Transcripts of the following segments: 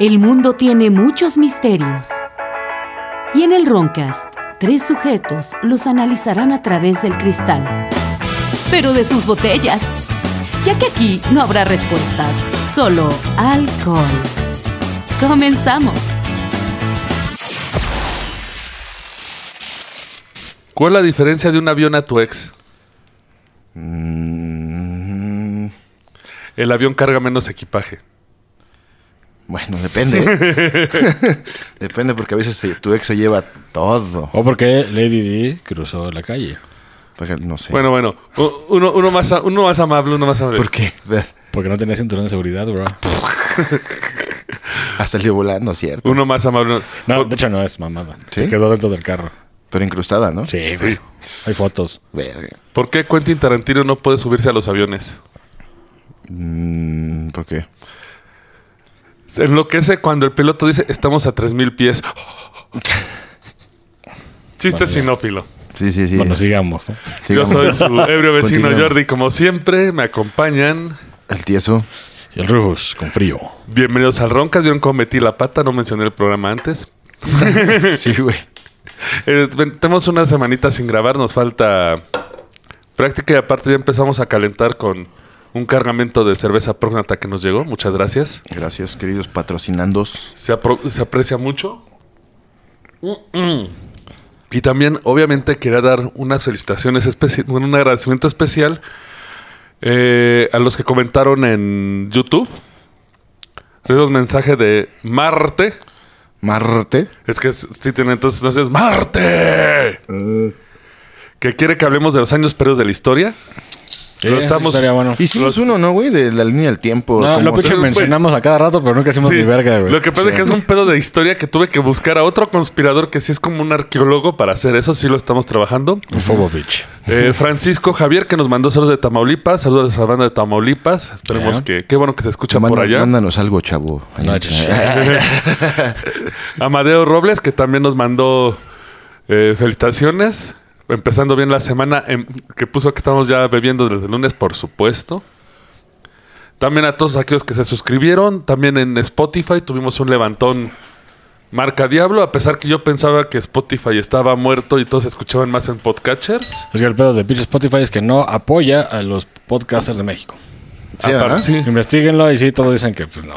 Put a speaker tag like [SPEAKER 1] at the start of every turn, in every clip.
[SPEAKER 1] El mundo tiene muchos misterios. Y en el Roncast, tres sujetos los analizarán a través del cristal. Pero de sus botellas. Ya que aquí no habrá respuestas, solo alcohol. Comenzamos.
[SPEAKER 2] ¿Cuál es la diferencia de un avión a tu ex?
[SPEAKER 3] Mm,
[SPEAKER 2] El avión carga menos equipaje.
[SPEAKER 3] bueno, depende. ¿eh? depende porque a veces se- tu ex se lleva todo.
[SPEAKER 2] Oh.
[SPEAKER 4] O porque Lady D cruzó la calle.
[SPEAKER 3] Porque, no sé.
[SPEAKER 2] Bueno, pues, bueno. u- Uno, uno, más, a- uno más amable, uno más amable.
[SPEAKER 3] ¿Por qué? Ver,
[SPEAKER 4] Porque no tenía cinturón de seguridad, bro.
[SPEAKER 3] Ha salido volando, ¿cierto?
[SPEAKER 2] Uno más amable.
[SPEAKER 4] No, de hecho no es mamada.
[SPEAKER 3] ¿Sí?
[SPEAKER 4] Se quedó dentro del carro.
[SPEAKER 3] Pero incrustada, ¿no?
[SPEAKER 4] Sí, güey. Hay fotos.
[SPEAKER 3] Verga.
[SPEAKER 2] ¿Por qué Quentin Tarantino no puede subirse a los aviones?
[SPEAKER 3] Mm, ¿Por qué?
[SPEAKER 2] Se enloquece cuando el piloto dice estamos a 3.000 pies. Chiste sinófilo.
[SPEAKER 3] Sí, sí, sí.
[SPEAKER 4] Bueno, sigamos. ¿no?
[SPEAKER 2] Yo
[SPEAKER 3] Sigamos.
[SPEAKER 2] soy su ebrio vecino
[SPEAKER 3] Continuemos.
[SPEAKER 2] Jordi. Como siempre, me acompañan.
[SPEAKER 3] El tieso.
[SPEAKER 4] Y el Rufus, con frío.
[SPEAKER 2] Bienvenidos al Roncas. Vieron cómo metí la pata. No mencioné el programa antes.
[SPEAKER 3] Sí, güey.
[SPEAKER 2] Eh, ven- tenemos una semanita sin grabar, nos falta práctica y aparte ya empezamos a calentar con un cargamento de cerveza prógnata que nos llegó. Muchas gracias.
[SPEAKER 3] Gracias, queridos patrocinandos.
[SPEAKER 2] Se, apro- se aprecia mucho. Mm-mm. Y también, obviamente, quería dar unas felicitaciones especiales, un agradecimiento especial eh, a los que comentaron en YouTube. Recibimos mensaje de Marte.
[SPEAKER 3] Marte.
[SPEAKER 2] Es que s- sí tiene entonces, entonces Marte.
[SPEAKER 4] Eh.
[SPEAKER 2] Que quiere que hablemos de los años perdidos de la historia. Lo
[SPEAKER 4] Eh,
[SPEAKER 2] estamos-
[SPEAKER 4] Estaría bueno.
[SPEAKER 3] Hicimos uno, ¿no, güey? De la línea del tiempo.
[SPEAKER 4] No,
[SPEAKER 3] ¿Cómo
[SPEAKER 4] lo
[SPEAKER 3] se-
[SPEAKER 4] pinche mencionamos a cada rato, pero nunca hicimos
[SPEAKER 2] Sí.
[SPEAKER 4] ni verga, güey.
[SPEAKER 2] Lo que pasa es que es un pedo de historia que tuve que buscar a otro conspirador que sí es como un arqueólogo para hacer eso. Sí lo estamos trabajando.
[SPEAKER 4] Fobo, bitch.
[SPEAKER 2] Eh, Francisco Javier que nos mandó saludos de Tamaulipas. Saludos a la banda de Tamaulipas. Esperemos
[SPEAKER 4] Ya.
[SPEAKER 2] que... Qué bueno que se escucha
[SPEAKER 3] Manda-
[SPEAKER 2] por allá.
[SPEAKER 3] Mándanos algo, chavo. Ahí.
[SPEAKER 4] No, ch-
[SPEAKER 2] Amadeo Robles que también nos mandó eh, felicitaciones. Empezando bien la semana em, que puso que estamos ya bebiendo desde el lunes, por supuesto. También a todos aquellos que se suscribieron. También en Spotify tuvimos un levantón marca Diablo. A pesar que yo pensaba que Spotify estaba muerto y todos escuchaban más en podcatchers.
[SPEAKER 4] Es que el pedo de pinche Spotify es que no apoya a los podcasters de México.
[SPEAKER 3] Sí, ¿verdad?
[SPEAKER 2] Aparte- sí.
[SPEAKER 4] Investíguenlo y sí, todos dicen que pues no.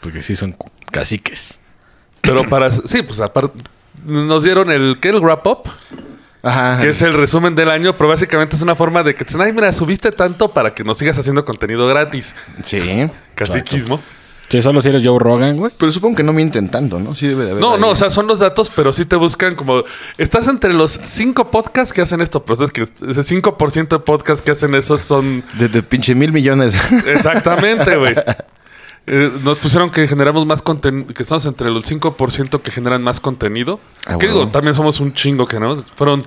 [SPEAKER 4] Porque sí son cu- caciques.
[SPEAKER 2] Pero para... Sí, pues aparte... Nos dieron el... ¿Qué? El wrap-up.
[SPEAKER 3] Ajá.
[SPEAKER 2] que es el resumen del año, pero básicamente es una forma de que te dicen, ay, mira, subiste tanto para que nos sigas haciendo contenido gratis.
[SPEAKER 3] Sí.
[SPEAKER 2] Caciquismo.
[SPEAKER 4] Sí, solo si eres Joe Rogan, güey.
[SPEAKER 3] Pero supongo que no mienten tanto, ¿no? Sí debe de haber.
[SPEAKER 2] No,
[SPEAKER 3] ahí.
[SPEAKER 2] no, o sea, son los datos, pero sí te buscan como... Estás entre los cinco podcasts que hacen esto, pero es que ese 5% de podcasts que hacen eso son...
[SPEAKER 3] De, de pinche mil millones.
[SPEAKER 2] Exactamente, güey. Eh, nos pusieron que generamos más contenido, que estamos entre los 5% que generan más contenido.
[SPEAKER 3] Ah,
[SPEAKER 2] que
[SPEAKER 3] bueno.
[SPEAKER 2] digo, también somos un chingo que no. Fueron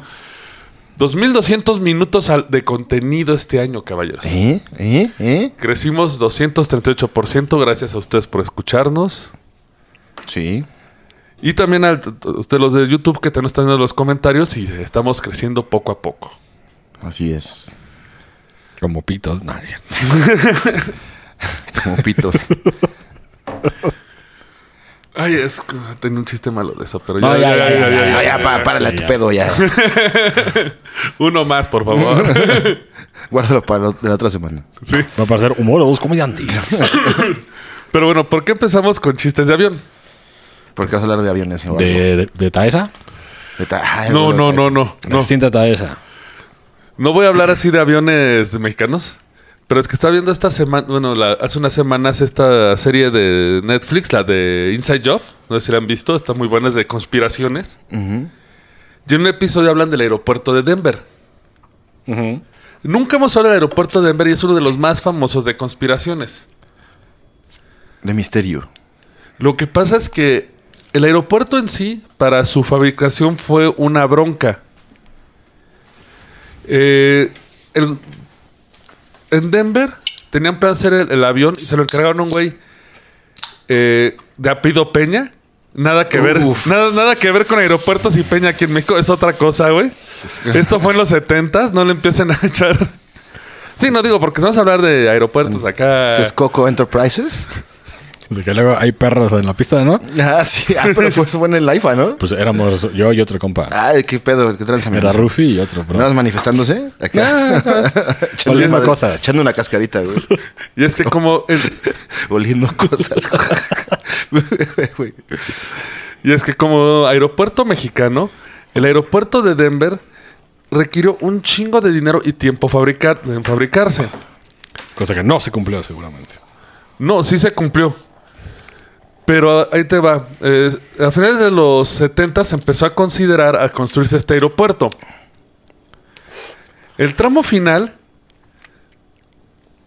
[SPEAKER 2] 2.200 minutos al- de contenido este año, caballeros.
[SPEAKER 3] ¿Eh? ¿Eh? ¿Eh?
[SPEAKER 2] Crecimos 238%, gracias a ustedes por escucharnos.
[SPEAKER 3] Sí.
[SPEAKER 2] Y también a ustedes los de YouTube que también están en los comentarios y estamos creciendo poco a poco.
[SPEAKER 3] Así es.
[SPEAKER 4] Como pitos. No, es cierto.
[SPEAKER 3] Como pitos.
[SPEAKER 2] Ay, es que tenía un chiste malo de eso, pero
[SPEAKER 4] No,
[SPEAKER 2] ya, ya, ya, ya, ya,
[SPEAKER 3] ya,
[SPEAKER 2] ya.
[SPEAKER 3] ya, pa- párale a
[SPEAKER 4] sí,
[SPEAKER 3] tu
[SPEAKER 4] ya.
[SPEAKER 3] pedo ya.
[SPEAKER 2] Uno más, por favor.
[SPEAKER 3] Guárdalo para lo- la otra semana.
[SPEAKER 2] sí.
[SPEAKER 4] Va a parecer humor o dos comediantes.
[SPEAKER 2] Pero bueno, ¿por qué empezamos con chistes de avión?
[SPEAKER 3] Porque vas a hablar de aviones. o algo.
[SPEAKER 4] De, de, de Taesa.
[SPEAKER 3] De ta- Ay,
[SPEAKER 2] No,
[SPEAKER 3] güey,
[SPEAKER 2] no,
[SPEAKER 3] otra
[SPEAKER 2] no,
[SPEAKER 3] vez.
[SPEAKER 2] no, no.
[SPEAKER 4] Distinta Taesa.
[SPEAKER 2] No voy a hablar así de aviones mexicanos. Pero es que está viendo esta semana, bueno, la- hace unas semanas esta serie de Netflix, la de Inside Job. No sé si la han visto, está muy buena, es de conspiraciones. Y en un episodio hablan del aeropuerto de Denver. Nunca hemos hablado del aeropuerto de Denver y es uno de los más famosos de conspiraciones.
[SPEAKER 3] De misterio.
[SPEAKER 2] Lo que pasa es que el aeropuerto en sí, para su fabricación, fue una bronca. Eh, el- en Denver tenían plan hacer el, el avión y se lo encargaron a un güey eh, de apido Peña. Nada que ver.
[SPEAKER 3] Uf.
[SPEAKER 2] Nada, nada que ver con aeropuertos y Peña aquí en México. Es otra cosa, güey. Esto fue en los 70 No le empiecen a echar. Sí, no digo, porque si vamos a hablar de aeropuertos acá.
[SPEAKER 3] ¿Qué es Coco Enterprises?
[SPEAKER 4] De que luego hay perros en la pista, ¿no?
[SPEAKER 3] Ah, sí. Ah, pero fue, fue en el IFA, ¿no?
[SPEAKER 4] Pues éramos yo y otro compa.
[SPEAKER 3] Ay, qué pedo, qué tranza, mi
[SPEAKER 4] Era
[SPEAKER 3] amor.
[SPEAKER 4] Rufi y otro, bro.
[SPEAKER 3] ¿Nada más manifestándose? Acá. Echando
[SPEAKER 4] oliendo
[SPEAKER 3] madre-
[SPEAKER 4] cosas.
[SPEAKER 3] Echando una cascarita, güey.
[SPEAKER 2] Y es que como el-
[SPEAKER 3] Oliendo cosas. güey.
[SPEAKER 2] y es que como aeropuerto mexicano, el aeropuerto de Denver requirió un chingo de dinero y tiempo fabricar, en fabricarse.
[SPEAKER 4] Cosa que no se cumplió seguramente.
[SPEAKER 2] No, sí se cumplió. Pero ahí te va. Eh, a finales de los 70 se empezó a considerar a construirse este aeropuerto. El tramo final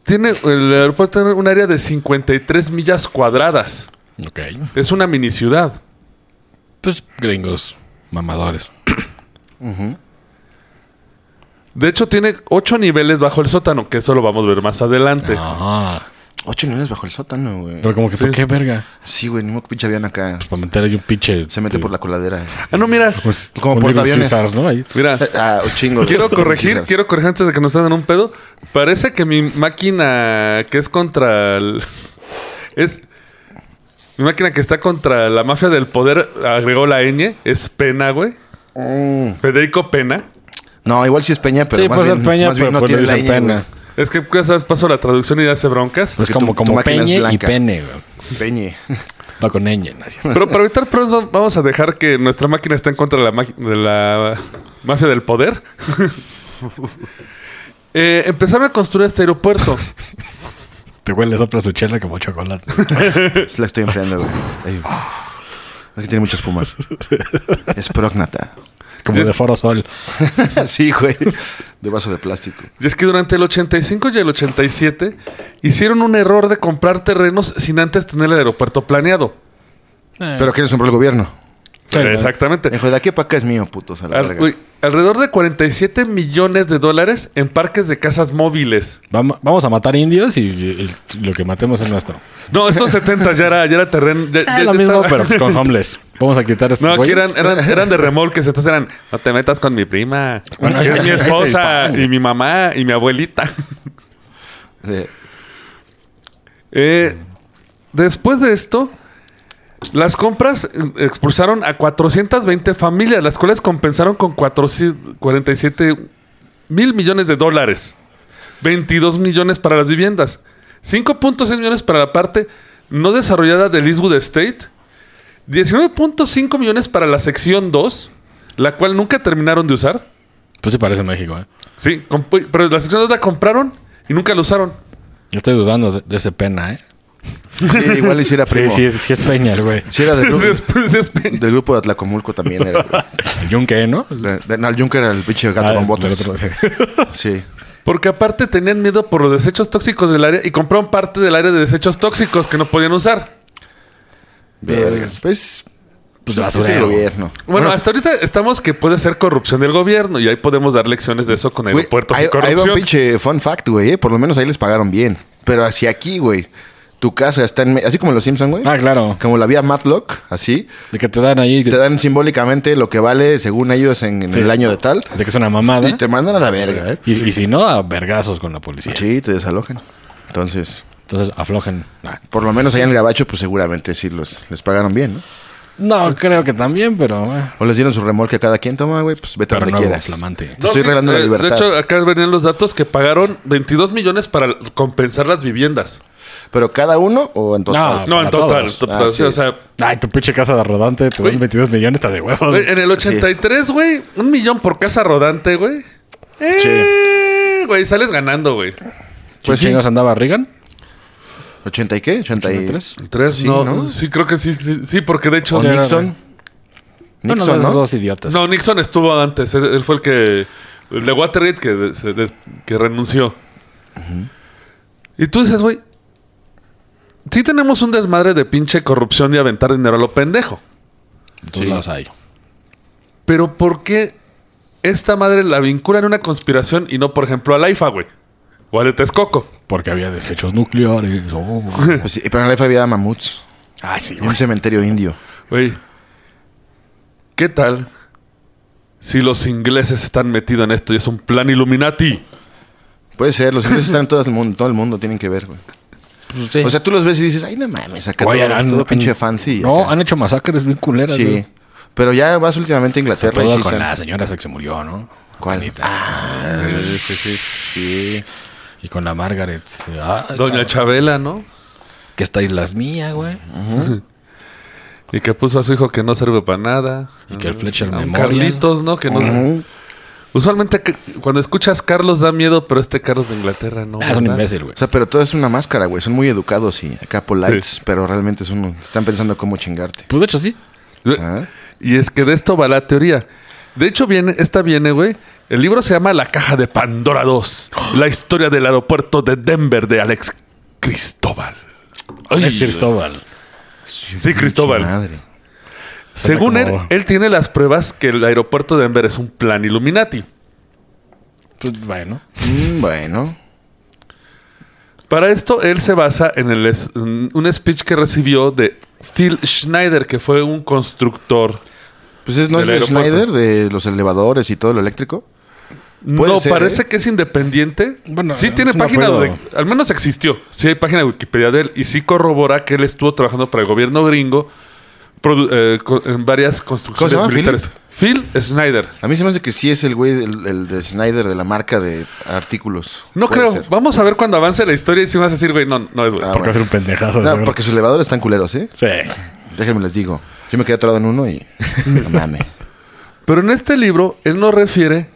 [SPEAKER 2] tiene el aeropuerto tiene un área de 53 millas cuadradas.
[SPEAKER 4] Ok.
[SPEAKER 2] Es una mini ciudad.
[SPEAKER 4] Pues gringos mamadores.
[SPEAKER 2] De hecho, tiene ocho niveles bajo el sótano, que eso lo vamos a ver más adelante.
[SPEAKER 4] Ajá.
[SPEAKER 3] Ocho niveles bajo el sótano, güey.
[SPEAKER 4] Pero como que, ¿por qué verga?
[SPEAKER 3] Sí, güey, ni modo que pinche avión acá.
[SPEAKER 4] Para meter ahí un pinche. este,
[SPEAKER 3] Se mete por la coladera.
[SPEAKER 2] Ah, no, mira.
[SPEAKER 4] Pues,
[SPEAKER 3] como portaaviones.
[SPEAKER 4] César, ¿no? Ahí.
[SPEAKER 2] Mira.
[SPEAKER 3] Ah, un chingo. güey.
[SPEAKER 2] Quiero corregir,
[SPEAKER 3] Sí,
[SPEAKER 2] quiero corregir antes de que nos den un pedo. Parece que mi máquina que es contra el. Es. Mi máquina que está contra la mafia del poder agregó la ñ. Es Pena, güey. Federico Pena.
[SPEAKER 3] Mm. No, igual sí es Peña, pero
[SPEAKER 4] sí,
[SPEAKER 3] más
[SPEAKER 4] pues
[SPEAKER 3] bien,
[SPEAKER 4] el Peña,
[SPEAKER 3] más
[SPEAKER 4] pero
[SPEAKER 3] bien no
[SPEAKER 4] pues le
[SPEAKER 3] tiene la
[SPEAKER 4] dicen
[SPEAKER 3] ñ,
[SPEAKER 4] pena.
[SPEAKER 2] Es que ya sabes, paso la traducción y ya hace broncas.
[SPEAKER 4] Es
[SPEAKER 3] que
[SPEAKER 4] como,
[SPEAKER 3] tu- tu
[SPEAKER 4] como
[SPEAKER 3] máquina es
[SPEAKER 4] peñe y
[SPEAKER 3] blanca.
[SPEAKER 4] pene, güey.
[SPEAKER 3] güey. Peñe.
[SPEAKER 4] Va con ñ, ¿no? Así.
[SPEAKER 2] Pero para evitar problemas, va- vamos a dejar que nuestra máquina está en contra de la, ma- de la mafia del poder. Eh, empezaron a construir este aeropuerto.
[SPEAKER 4] Te huele, sopla su chela como chocolate.
[SPEAKER 3] Se la estoy enfriando, güey. Ahí. Es que tiene muchos pumas. Es prógnata.
[SPEAKER 4] Como de foro sol.
[SPEAKER 3] sí, güey. De vaso de plástico.
[SPEAKER 2] Y es que durante el 85 y el 87 hicieron un error de comprar terrenos sin antes tener el aeropuerto planeado.
[SPEAKER 3] Pero que les compró el gobierno.
[SPEAKER 4] Sí,
[SPEAKER 2] Eh,
[SPEAKER 4] ¿no?
[SPEAKER 2] Exactamente.
[SPEAKER 3] Dijo, de aquí para acá es mío, putos. A la
[SPEAKER 2] Al-
[SPEAKER 3] verga.
[SPEAKER 2] uy, alrededor de 47 millones de dólares en parques de casas móviles.
[SPEAKER 4] Vam- Vamos a matar indios y el- lo que matemos es nuestro.
[SPEAKER 2] No, estos 70 ya era, ya era terreno. ya- ya-
[SPEAKER 4] Es lo
[SPEAKER 2] ya
[SPEAKER 4] mismo,
[SPEAKER 2] estaba-
[SPEAKER 4] pero pues, con homeless. Vamos a quitar estos
[SPEAKER 2] Ah, No, eh. aquí
[SPEAKER 4] güeyes.
[SPEAKER 2] eran, eran, eran de remolques, entonces eran, no te metas con mi prima,
[SPEAKER 4] Bueno,
[SPEAKER 2] que
[SPEAKER 4] ahí
[SPEAKER 2] es mi
[SPEAKER 4] te
[SPEAKER 2] esposa,
[SPEAKER 4] disparan,
[SPEAKER 2] y
[SPEAKER 4] güey.
[SPEAKER 2] mi mamá, y mi abuelita.
[SPEAKER 3] Eh,
[SPEAKER 2] Eh, después de esto, las compras eh, expulsaron a 420 familias, las cuales compensaron con 447 mil millones de dólares. 22 millones para las viviendas. 5.6 millones para la parte no desarrollada del Eastwood Estate. 19.5 millones para la sección 2, la cual nunca terminaron de usar.
[SPEAKER 4] Pues sí parece México, ¿eh?
[SPEAKER 2] Sí, compu- pero la sección 2 la compraron y nunca la usaron.
[SPEAKER 4] Yo estoy dudando de, de ese pena, ¿eh?
[SPEAKER 3] sí, igual hiciera primo.
[SPEAKER 4] Sí, sí, sí es Peña, el güey.
[SPEAKER 3] Sí, era del grupo,
[SPEAKER 2] Después es pe-
[SPEAKER 3] del grupo de Atlacomulco también. Era, güey.
[SPEAKER 4] El yunque, ¿no?
[SPEAKER 3] De- de- no, el Junker era el pinche gato
[SPEAKER 4] Ah,
[SPEAKER 3] con
[SPEAKER 4] del
[SPEAKER 3] botas.
[SPEAKER 4] otro, sí.
[SPEAKER 3] Sí.
[SPEAKER 2] Porque aparte tenían miedo por los desechos tóxicos del área y compraron parte del área de desechos tóxicos que no podían usar.
[SPEAKER 3] Verga. Pues. es
[SPEAKER 4] Pues
[SPEAKER 3] que es el
[SPEAKER 4] basurero.
[SPEAKER 3] gobierno.
[SPEAKER 2] Bueno, hasta ahorita estamos que puede ser corrupción del gobierno y ahí podemos dar lecciones de eso con
[SPEAKER 3] Güey,
[SPEAKER 2] aeropuertos
[SPEAKER 3] ahí,
[SPEAKER 2] y
[SPEAKER 3] ahí va un
[SPEAKER 2] corrupción.
[SPEAKER 3] pinche fun fact, güey. eh. Por lo menos ahí les pagaron bien. Pero hacia aquí, güey. Tu casa está en. me- Así como en los Simpson, güey.
[SPEAKER 4] Ah, claro.
[SPEAKER 3] Como la vía Matlock, así.
[SPEAKER 4] De que te dan ahí.
[SPEAKER 3] Te dan simbólicamente lo que vale según ellos en, en
[SPEAKER 4] Sí.
[SPEAKER 3] el año de tal.
[SPEAKER 4] De que es una mamada.
[SPEAKER 3] Y te mandan a la verga, ¿eh?
[SPEAKER 4] Y, y si no, a vergazos con la policía.
[SPEAKER 3] Sí, te desalojan. Entonces,
[SPEAKER 4] Entonces aflojen. Ah.
[SPEAKER 3] por lo menos allá en el gabacho, pues seguramente sí los, les pagaron bien, ¿no?
[SPEAKER 4] No, creo que también, pero. eh,
[SPEAKER 3] O les dieron su remolque a cada quien. Toma, güey, pues vete a
[SPEAKER 4] Pero
[SPEAKER 3] donde
[SPEAKER 4] nuevo,
[SPEAKER 3] quieras.
[SPEAKER 4] flamante.
[SPEAKER 3] Te estoy
[SPEAKER 2] No,
[SPEAKER 3] regalando la
[SPEAKER 2] eh,
[SPEAKER 3] libertad.
[SPEAKER 2] De hecho, acá venían los datos que pagaron 22 millones para compensar las viviendas.
[SPEAKER 3] ¿Pero cada uno o en total?
[SPEAKER 4] Ah,
[SPEAKER 2] No, en
[SPEAKER 4] para
[SPEAKER 2] total.
[SPEAKER 4] todos.
[SPEAKER 2] total,
[SPEAKER 3] Ah,
[SPEAKER 2] sí,
[SPEAKER 3] sí.
[SPEAKER 2] O sea,
[SPEAKER 4] Ay, tu pinche casa de rodante, te dan 22 millones, está de huevos.
[SPEAKER 2] güey, en el 83, güey, un millón por casa rodante, güey. Eh, güey, sales ganando, güey.
[SPEAKER 3] pues sí.
[SPEAKER 4] ¿Quién nos andaba Reagan?
[SPEAKER 3] ¿80 y qué? ¿83?
[SPEAKER 2] Tres,
[SPEAKER 3] Sí,
[SPEAKER 2] no,
[SPEAKER 3] ¿no?
[SPEAKER 2] Sí, creo que sí, sí, sí, porque de hecho.
[SPEAKER 3] ¿O
[SPEAKER 4] Ya era,
[SPEAKER 3] Nixon?
[SPEAKER 4] Bueno,
[SPEAKER 3] Nixon,
[SPEAKER 4] los
[SPEAKER 3] ¿no?
[SPEAKER 4] dos idiotas.
[SPEAKER 2] No, Nixon estuvo antes. Él, él fue el que. El de Watergate que, de- se des- que renunció. Y tú dices, güey. Sí tenemos un desmadre de pinche corrupción y aventar dinero a lo pendejo.
[SPEAKER 4] En todos lados hay.
[SPEAKER 2] Pero ¿por qué esta madre la vinculan a una conspiración y no, por ejemplo, al IFA, güey? O al de Texcoco.
[SPEAKER 4] Porque había desechos nucleares. oh.
[SPEAKER 3] Pues sí, pero en la F había mamuts.
[SPEAKER 4] ah, sí,
[SPEAKER 3] Y un
[SPEAKER 4] güey.
[SPEAKER 3] cementerio indio.
[SPEAKER 2] Güey. ¿Qué tal si los ingleses están metidos en esto y es un plan Illuminati?
[SPEAKER 3] Puede ser, los ingleses están en todo el mundo, todo el mundo tienen que ver, güey.
[SPEAKER 4] Pues, sí.
[SPEAKER 3] O sea, tú los ves y dices, ay, no mames, acá
[SPEAKER 4] Güey,
[SPEAKER 3] todo,
[SPEAKER 4] han-
[SPEAKER 3] todo
[SPEAKER 4] han-
[SPEAKER 3] pinche fancy.
[SPEAKER 4] No,
[SPEAKER 3] acá".
[SPEAKER 4] han hecho masacres bien culeras.
[SPEAKER 3] Sí.
[SPEAKER 4] Sí.
[SPEAKER 3] Pero ya vas últimamente a Inglaterra y sí
[SPEAKER 4] con
[SPEAKER 3] están-
[SPEAKER 4] la señora esa que se murió, ¿no?
[SPEAKER 3] ¿Cuál?
[SPEAKER 4] Juanita, sí, sí, sí, sí. Y con la Margaret. Ay,
[SPEAKER 2] Doña
[SPEAKER 4] cabrón.
[SPEAKER 2] Chabela, ¿no?
[SPEAKER 4] Que esta isla es mía, güey.
[SPEAKER 2] Y que puso a su hijo que no sirve para nada.
[SPEAKER 4] Y que el Fletcher
[SPEAKER 2] A un
[SPEAKER 4] Memorial.
[SPEAKER 2] Carlitos, ¿no? Que no. Usualmente que- cuando escuchas Carlos da miedo, pero este Carlos de Inglaterra no.
[SPEAKER 4] Ah, es un
[SPEAKER 2] ¿verdad?
[SPEAKER 4] imbécil, güey.
[SPEAKER 3] O sea, pero todo es una máscara, güey. Son muy educados y acá polites,
[SPEAKER 2] Sí.
[SPEAKER 3] pero realmente son, están pensando cómo chingarte.
[SPEAKER 4] Pues de hecho sí.
[SPEAKER 3] Ah.
[SPEAKER 2] Y es que de esto va la teoría. De hecho, viene, esta viene, güey. El libro se llama La caja de Pandora 2. La historia del aeropuerto de Denver de Alex Cristóbal. Ay,
[SPEAKER 4] es Cristóbal.
[SPEAKER 2] Sí, Cristóbal.
[SPEAKER 3] Pinche Madre.
[SPEAKER 2] Según él,
[SPEAKER 4] como-
[SPEAKER 2] él tiene las pruebas que el aeropuerto de Denver es un plan Illuminati.
[SPEAKER 4] Pues bueno.
[SPEAKER 3] Mm, bueno.
[SPEAKER 2] Para esto, él se basa en, el es- en un speech que recibió de Phil Schneider, que fue un constructor.
[SPEAKER 3] Pues es, no es
[SPEAKER 2] Del
[SPEAKER 3] el
[SPEAKER 2] aeropuerto.
[SPEAKER 3] Snyder de los elevadores y todo lo eléctrico. Puede
[SPEAKER 2] No,
[SPEAKER 3] ser,
[SPEAKER 2] parece
[SPEAKER 3] ¿eh?
[SPEAKER 2] que es independiente.
[SPEAKER 4] Bueno,
[SPEAKER 2] sí
[SPEAKER 4] no
[SPEAKER 2] tiene
[SPEAKER 4] me
[SPEAKER 2] página
[SPEAKER 4] acuerdo.
[SPEAKER 2] de- Al menos existió. Sí hay página de Wikipedia de él. Y sí corrobora que él estuvo trabajando para el gobierno gringo produ- eh, co- en varias construcciones
[SPEAKER 3] llama,
[SPEAKER 2] militares. Phil Schneider.
[SPEAKER 3] A mí se me hace que sí es el güey, el, el de Snyder de la marca de artículos.
[SPEAKER 2] No
[SPEAKER 3] Puede
[SPEAKER 2] creo.
[SPEAKER 3] ser.
[SPEAKER 2] Vamos a ver cuando avance la historia y si me vas a decir, güey, no, no es güey.
[SPEAKER 3] Ah,
[SPEAKER 2] Porque-
[SPEAKER 4] Porque va a ser un pendejazo.
[SPEAKER 3] No,
[SPEAKER 4] seguro.
[SPEAKER 3] porque sus elevadores están culeros, ¿eh?
[SPEAKER 4] Sí.
[SPEAKER 3] Déjenme les digo. Yo me quedé atorado en uno y. No mames.
[SPEAKER 2] Pero en este libro, él nos refiere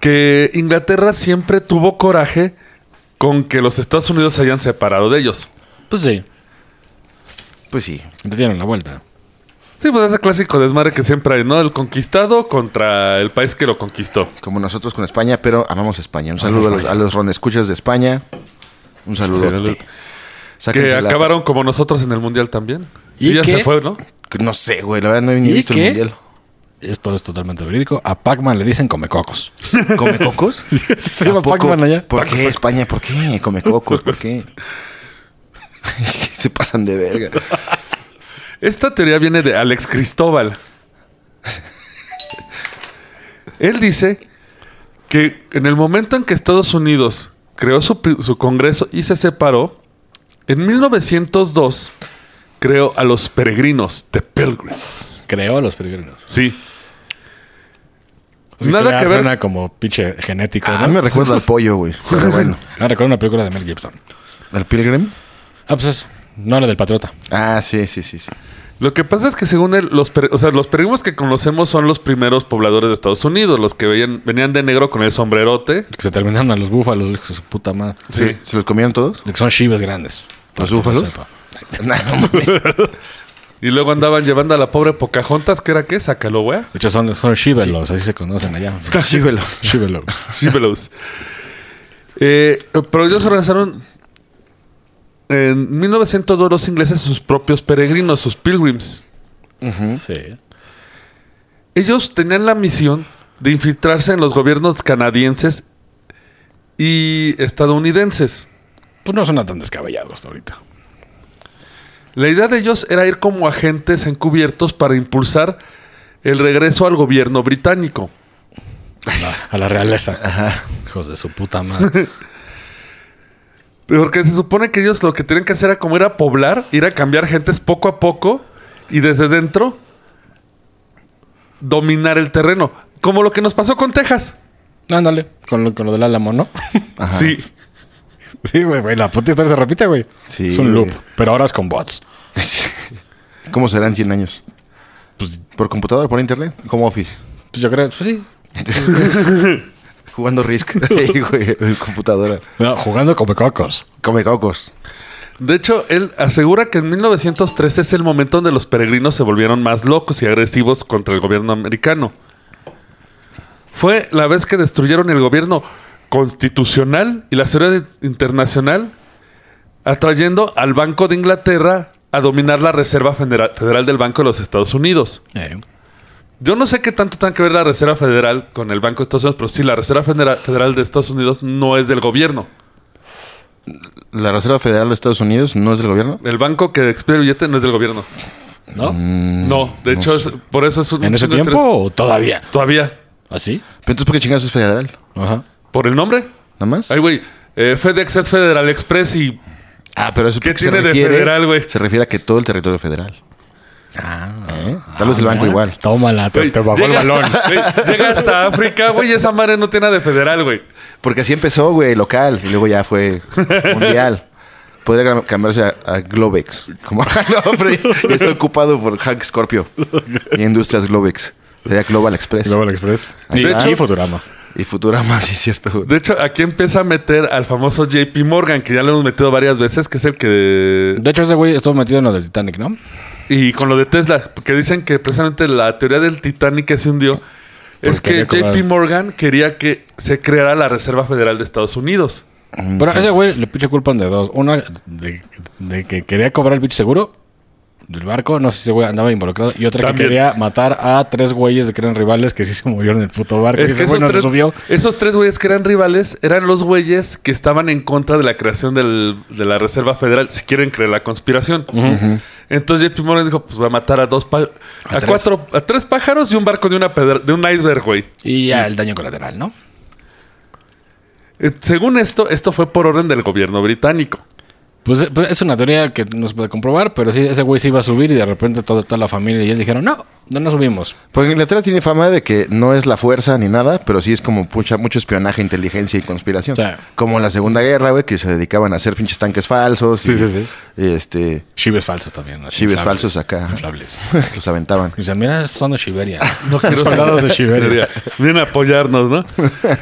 [SPEAKER 2] que Inglaterra siempre tuvo coraje con que los Estados Unidos se hayan separado de ellos.
[SPEAKER 4] Pues sí.
[SPEAKER 3] Pues sí.
[SPEAKER 4] Le dieron la vuelta.
[SPEAKER 2] Sí, pues ese clásico desmadre que siempre hay, ¿no? El conquistado contra el país que lo conquistó.
[SPEAKER 3] Como nosotros con España, pero amamos España. Un saludo a los, a los ronescuchas de España. Un saludo.
[SPEAKER 2] Sí, Que acabaron como nosotros en el mundial también.
[SPEAKER 4] ¿Y
[SPEAKER 2] Y ya
[SPEAKER 4] qué?
[SPEAKER 2] se fue, ¿no?
[SPEAKER 3] No sé, güey. La verdad no he ni
[SPEAKER 4] ¿Y
[SPEAKER 3] visto
[SPEAKER 4] qué?
[SPEAKER 3] el mundial.
[SPEAKER 4] Esto es totalmente verídico. A Pac-Man le dicen come cocos.
[SPEAKER 3] ¿Come cocos?
[SPEAKER 4] se
[SPEAKER 3] ¿A
[SPEAKER 4] llama
[SPEAKER 3] poco?
[SPEAKER 4] Pac-Man allá.
[SPEAKER 3] ¿Por qué España? ¿Por qué? Come cocos, ¿por qué? Se pasan de verga.
[SPEAKER 2] Esta teoría viene de Alex Cristóbal. Él dice que en el momento en que Estados Unidos creó su, pri- su Congreso y se separó, en 1902 creó a los peregrinos, The Pilgrims.
[SPEAKER 4] Creó a los peregrinos.
[SPEAKER 2] Sí.
[SPEAKER 4] O sea,
[SPEAKER 2] Nada
[SPEAKER 4] crear
[SPEAKER 2] que ver.
[SPEAKER 4] Pues Suena como pinche genético.
[SPEAKER 3] A
[SPEAKER 4] ¿no?
[SPEAKER 3] mí Ah, me recuerda al pollo, güey. Pero bueno.
[SPEAKER 4] Ah, recuerdo una película de Mel Gibson.
[SPEAKER 3] ¿Al Pilgrim?
[SPEAKER 4] Ah, pues es. No, la del patriota.
[SPEAKER 3] Ah, sí, sí, sí, sí.
[SPEAKER 2] Lo que pasa es que según él, los, per- o sea, los peregrinos que conocemos son los primeros pobladores de Estados Unidos, los que veían- venían de negro con el sombrerote.
[SPEAKER 4] Que se terminaron a los búfalos, hijo de su puta madre.
[SPEAKER 3] Sí. ¿Se los comían todos?
[SPEAKER 4] De que son chivas grandes. Para que lo
[SPEAKER 3] búfalos?
[SPEAKER 4] sepa.
[SPEAKER 3] No, no mames.
[SPEAKER 2] Y luego andaban llevando a la pobre Pocahontas, que era qué, sácalo, wea.
[SPEAKER 4] De hecho, son, son chivelos, así se conocen allá.
[SPEAKER 3] Sí, güey, los-
[SPEAKER 4] Chivelos.
[SPEAKER 2] Shibelows. Eh, pero ellos organizaron en 1902 los ingleses sus propios peregrinos, sus pilgrims.
[SPEAKER 4] Sí.
[SPEAKER 2] Ellos tenían la misión de infiltrarse en los gobiernos canadienses y estadounidenses.
[SPEAKER 4] Pues no suena tan descabellados hasta ahorita.
[SPEAKER 2] La idea de ellos era ir como agentes encubiertos para impulsar el regreso al gobierno británico.
[SPEAKER 4] A la, a la realeza. Hijos de su puta madre.
[SPEAKER 2] Porque se supone que ellos lo que tenían que hacer era como ir a poblar, ir a cambiar gentes poco a poco y desde dentro dominar el terreno. Como lo que nos pasó con Texas.
[SPEAKER 4] Ándale, con lo, con lo del álamo, ¿no?
[SPEAKER 3] Ajá.
[SPEAKER 2] Sí.
[SPEAKER 4] Sí, güey, güey, la puta historia se repite, güey.
[SPEAKER 3] Sí,
[SPEAKER 4] Es un loop,
[SPEAKER 3] güey.
[SPEAKER 4] pero ahora es con bots.
[SPEAKER 3] ¿Cómo serán 100 años? Pues, ¿Por computadora, por internet? Como office.
[SPEAKER 4] Pues yo creo, pues sí.
[SPEAKER 3] Jugando Risk. Ey, güey, en computadora.
[SPEAKER 4] No, jugando como cocos.
[SPEAKER 3] Come cocos.
[SPEAKER 2] De hecho, él asegura que en 1913 es el momento donde los peregrinos se volvieron más locos y agresivos contra el gobierno americano. Fue la vez que destruyeron el gobierno constitucional y la seguridad internacional, atrayendo al Banco de Inglaterra a dominar la Reserva Federal, Federal del Banco de los Estados Unidos.
[SPEAKER 4] Eh,
[SPEAKER 2] Yo no sé qué tanto tenga que ver la Reserva Federal con el Banco de Estados Unidos, pero sí, la Reserva Federa- Federal de Estados Unidos no es del gobierno.
[SPEAKER 3] ¿La Reserva Federal de Estados Unidos no es del gobierno?
[SPEAKER 2] El banco que expide el billete no es del gobierno.
[SPEAKER 4] ¿No?
[SPEAKER 2] No, de hecho, es- por eso es un.
[SPEAKER 4] Mm. ¿En ese
[SPEAKER 2] chingo de
[SPEAKER 4] tiempo o todavía?
[SPEAKER 2] interés. Todavía.
[SPEAKER 4] ¿Así?
[SPEAKER 3] Pero entonces, ¿por qué chingados es federal?
[SPEAKER 4] Ajá.
[SPEAKER 2] ¿Por el nombre?
[SPEAKER 3] ¿Nada más?
[SPEAKER 2] Ay, güey. Eh, FedEx es Federal Express y
[SPEAKER 3] Ah, pero eso
[SPEAKER 2] ¿Qué
[SPEAKER 3] porque se
[SPEAKER 2] tiene de
[SPEAKER 3] refiere,
[SPEAKER 2] federal, güey?
[SPEAKER 3] Se refiere a que todo el territorio federal.
[SPEAKER 4] Ah,
[SPEAKER 3] ¿eh? Tal vez el banco igual.
[SPEAKER 4] Tómala, te,
[SPEAKER 2] Güey,
[SPEAKER 4] te bajó el
[SPEAKER 2] llega-
[SPEAKER 4] balón.
[SPEAKER 2] güey, llega hasta África, güey, esa madre no tiene nada de federal, güey.
[SPEAKER 3] Porque así empezó, güey, local. Y luego ya fue mundial. Podría gra- cambiarse a, a Globex. Como, no, pero ya- ya está ocupado por Hank Scorpio y Industrias Globex. Sería Global Express.
[SPEAKER 4] Global Express.
[SPEAKER 3] Ahí
[SPEAKER 4] Y,
[SPEAKER 3] está.
[SPEAKER 4] y Futurama.
[SPEAKER 3] Y Futurama, sí, es cierto. güey.
[SPEAKER 2] De hecho, aquí empieza a meter al famoso JP Morgan, que ya lo hemos metido varias veces, que es el que...
[SPEAKER 4] De hecho, ese güey estuvo metido en lo del Titanic, ¿no?
[SPEAKER 2] Y con lo de Tesla, que dicen que precisamente la teoría del Titanic que se hundió es que
[SPEAKER 4] quería cobrar.
[SPEAKER 2] JP Morgan quería que se creara la Reserva Federal de Estados Unidos.
[SPEAKER 4] Pero a ese güey le pinche culpan de dos. Una, de, de que quería cobrar el pinche seguro del barco. No sé si ese güey andaba involucrado. Y otra
[SPEAKER 2] También.
[SPEAKER 4] que quería matar a tres güeyes que eran rivales que sí se movieron en el puto barco. y
[SPEAKER 2] Es
[SPEAKER 4] ese
[SPEAKER 2] que
[SPEAKER 4] güey
[SPEAKER 2] esos
[SPEAKER 4] no se
[SPEAKER 2] tres,
[SPEAKER 4] subió.
[SPEAKER 2] esos tres güeyes que eran rivales eran los güeyes que estaban en contra de la creación del- de la Reserva Federal, si quieren creer la conspiración. Entonces JP Morgan dijo, pues va a matar a dos pa- a,
[SPEAKER 4] tres.
[SPEAKER 2] cuatro, a tres pájaros y un barco de una pedra- de un iceberg, güey.
[SPEAKER 4] Y ya el daño colateral, ¿no?
[SPEAKER 2] Eh, según esto, esto fue por orden del gobierno británico.
[SPEAKER 4] Pues, eh, pues, es una teoría que no se puede comprobar, pero sí, ese güey se iba a subir y de repente toda, toda la familia y él dijeron, no, no nos subimos.
[SPEAKER 3] Porque Inglaterra tiene fama de que no es la fuerza ni nada, pero sí es como pucha, mucho espionaje, inteligencia y conspiración.
[SPEAKER 4] O sea.
[SPEAKER 3] como en la Segunda Guerra, güey, que se dedicaban a hacer pinches tanques falsos. y,
[SPEAKER 4] Sí, sí, sí.
[SPEAKER 3] Este,
[SPEAKER 4] Chives falsos también. ¿no?
[SPEAKER 3] chives
[SPEAKER 4] Inflables.
[SPEAKER 3] falsos acá.
[SPEAKER 4] Inflables.
[SPEAKER 3] Los aventaban.
[SPEAKER 4] Dicen, mira, son de Shiberia.
[SPEAKER 2] No quiero
[SPEAKER 4] Soldados de Shiberia.
[SPEAKER 2] Vienen a apoyarnos, ¿no?